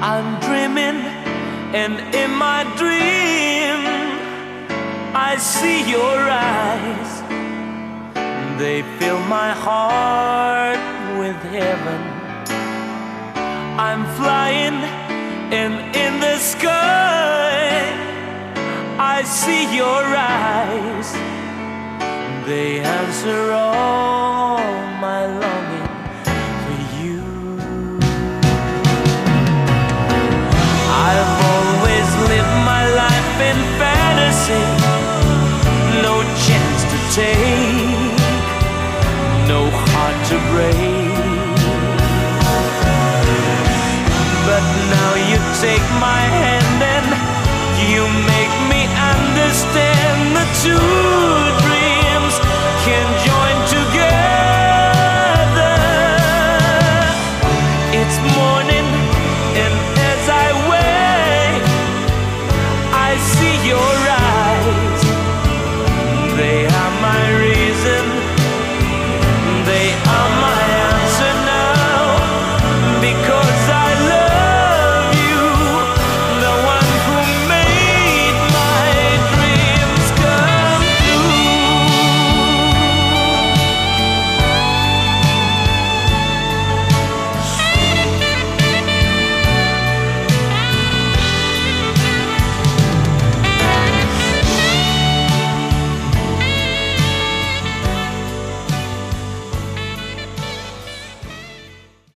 I'm dreaming, and in my dream, I see your eyes. They fill my heart with heaven. I'm flying, and in the sky, I see your eyes. They answer all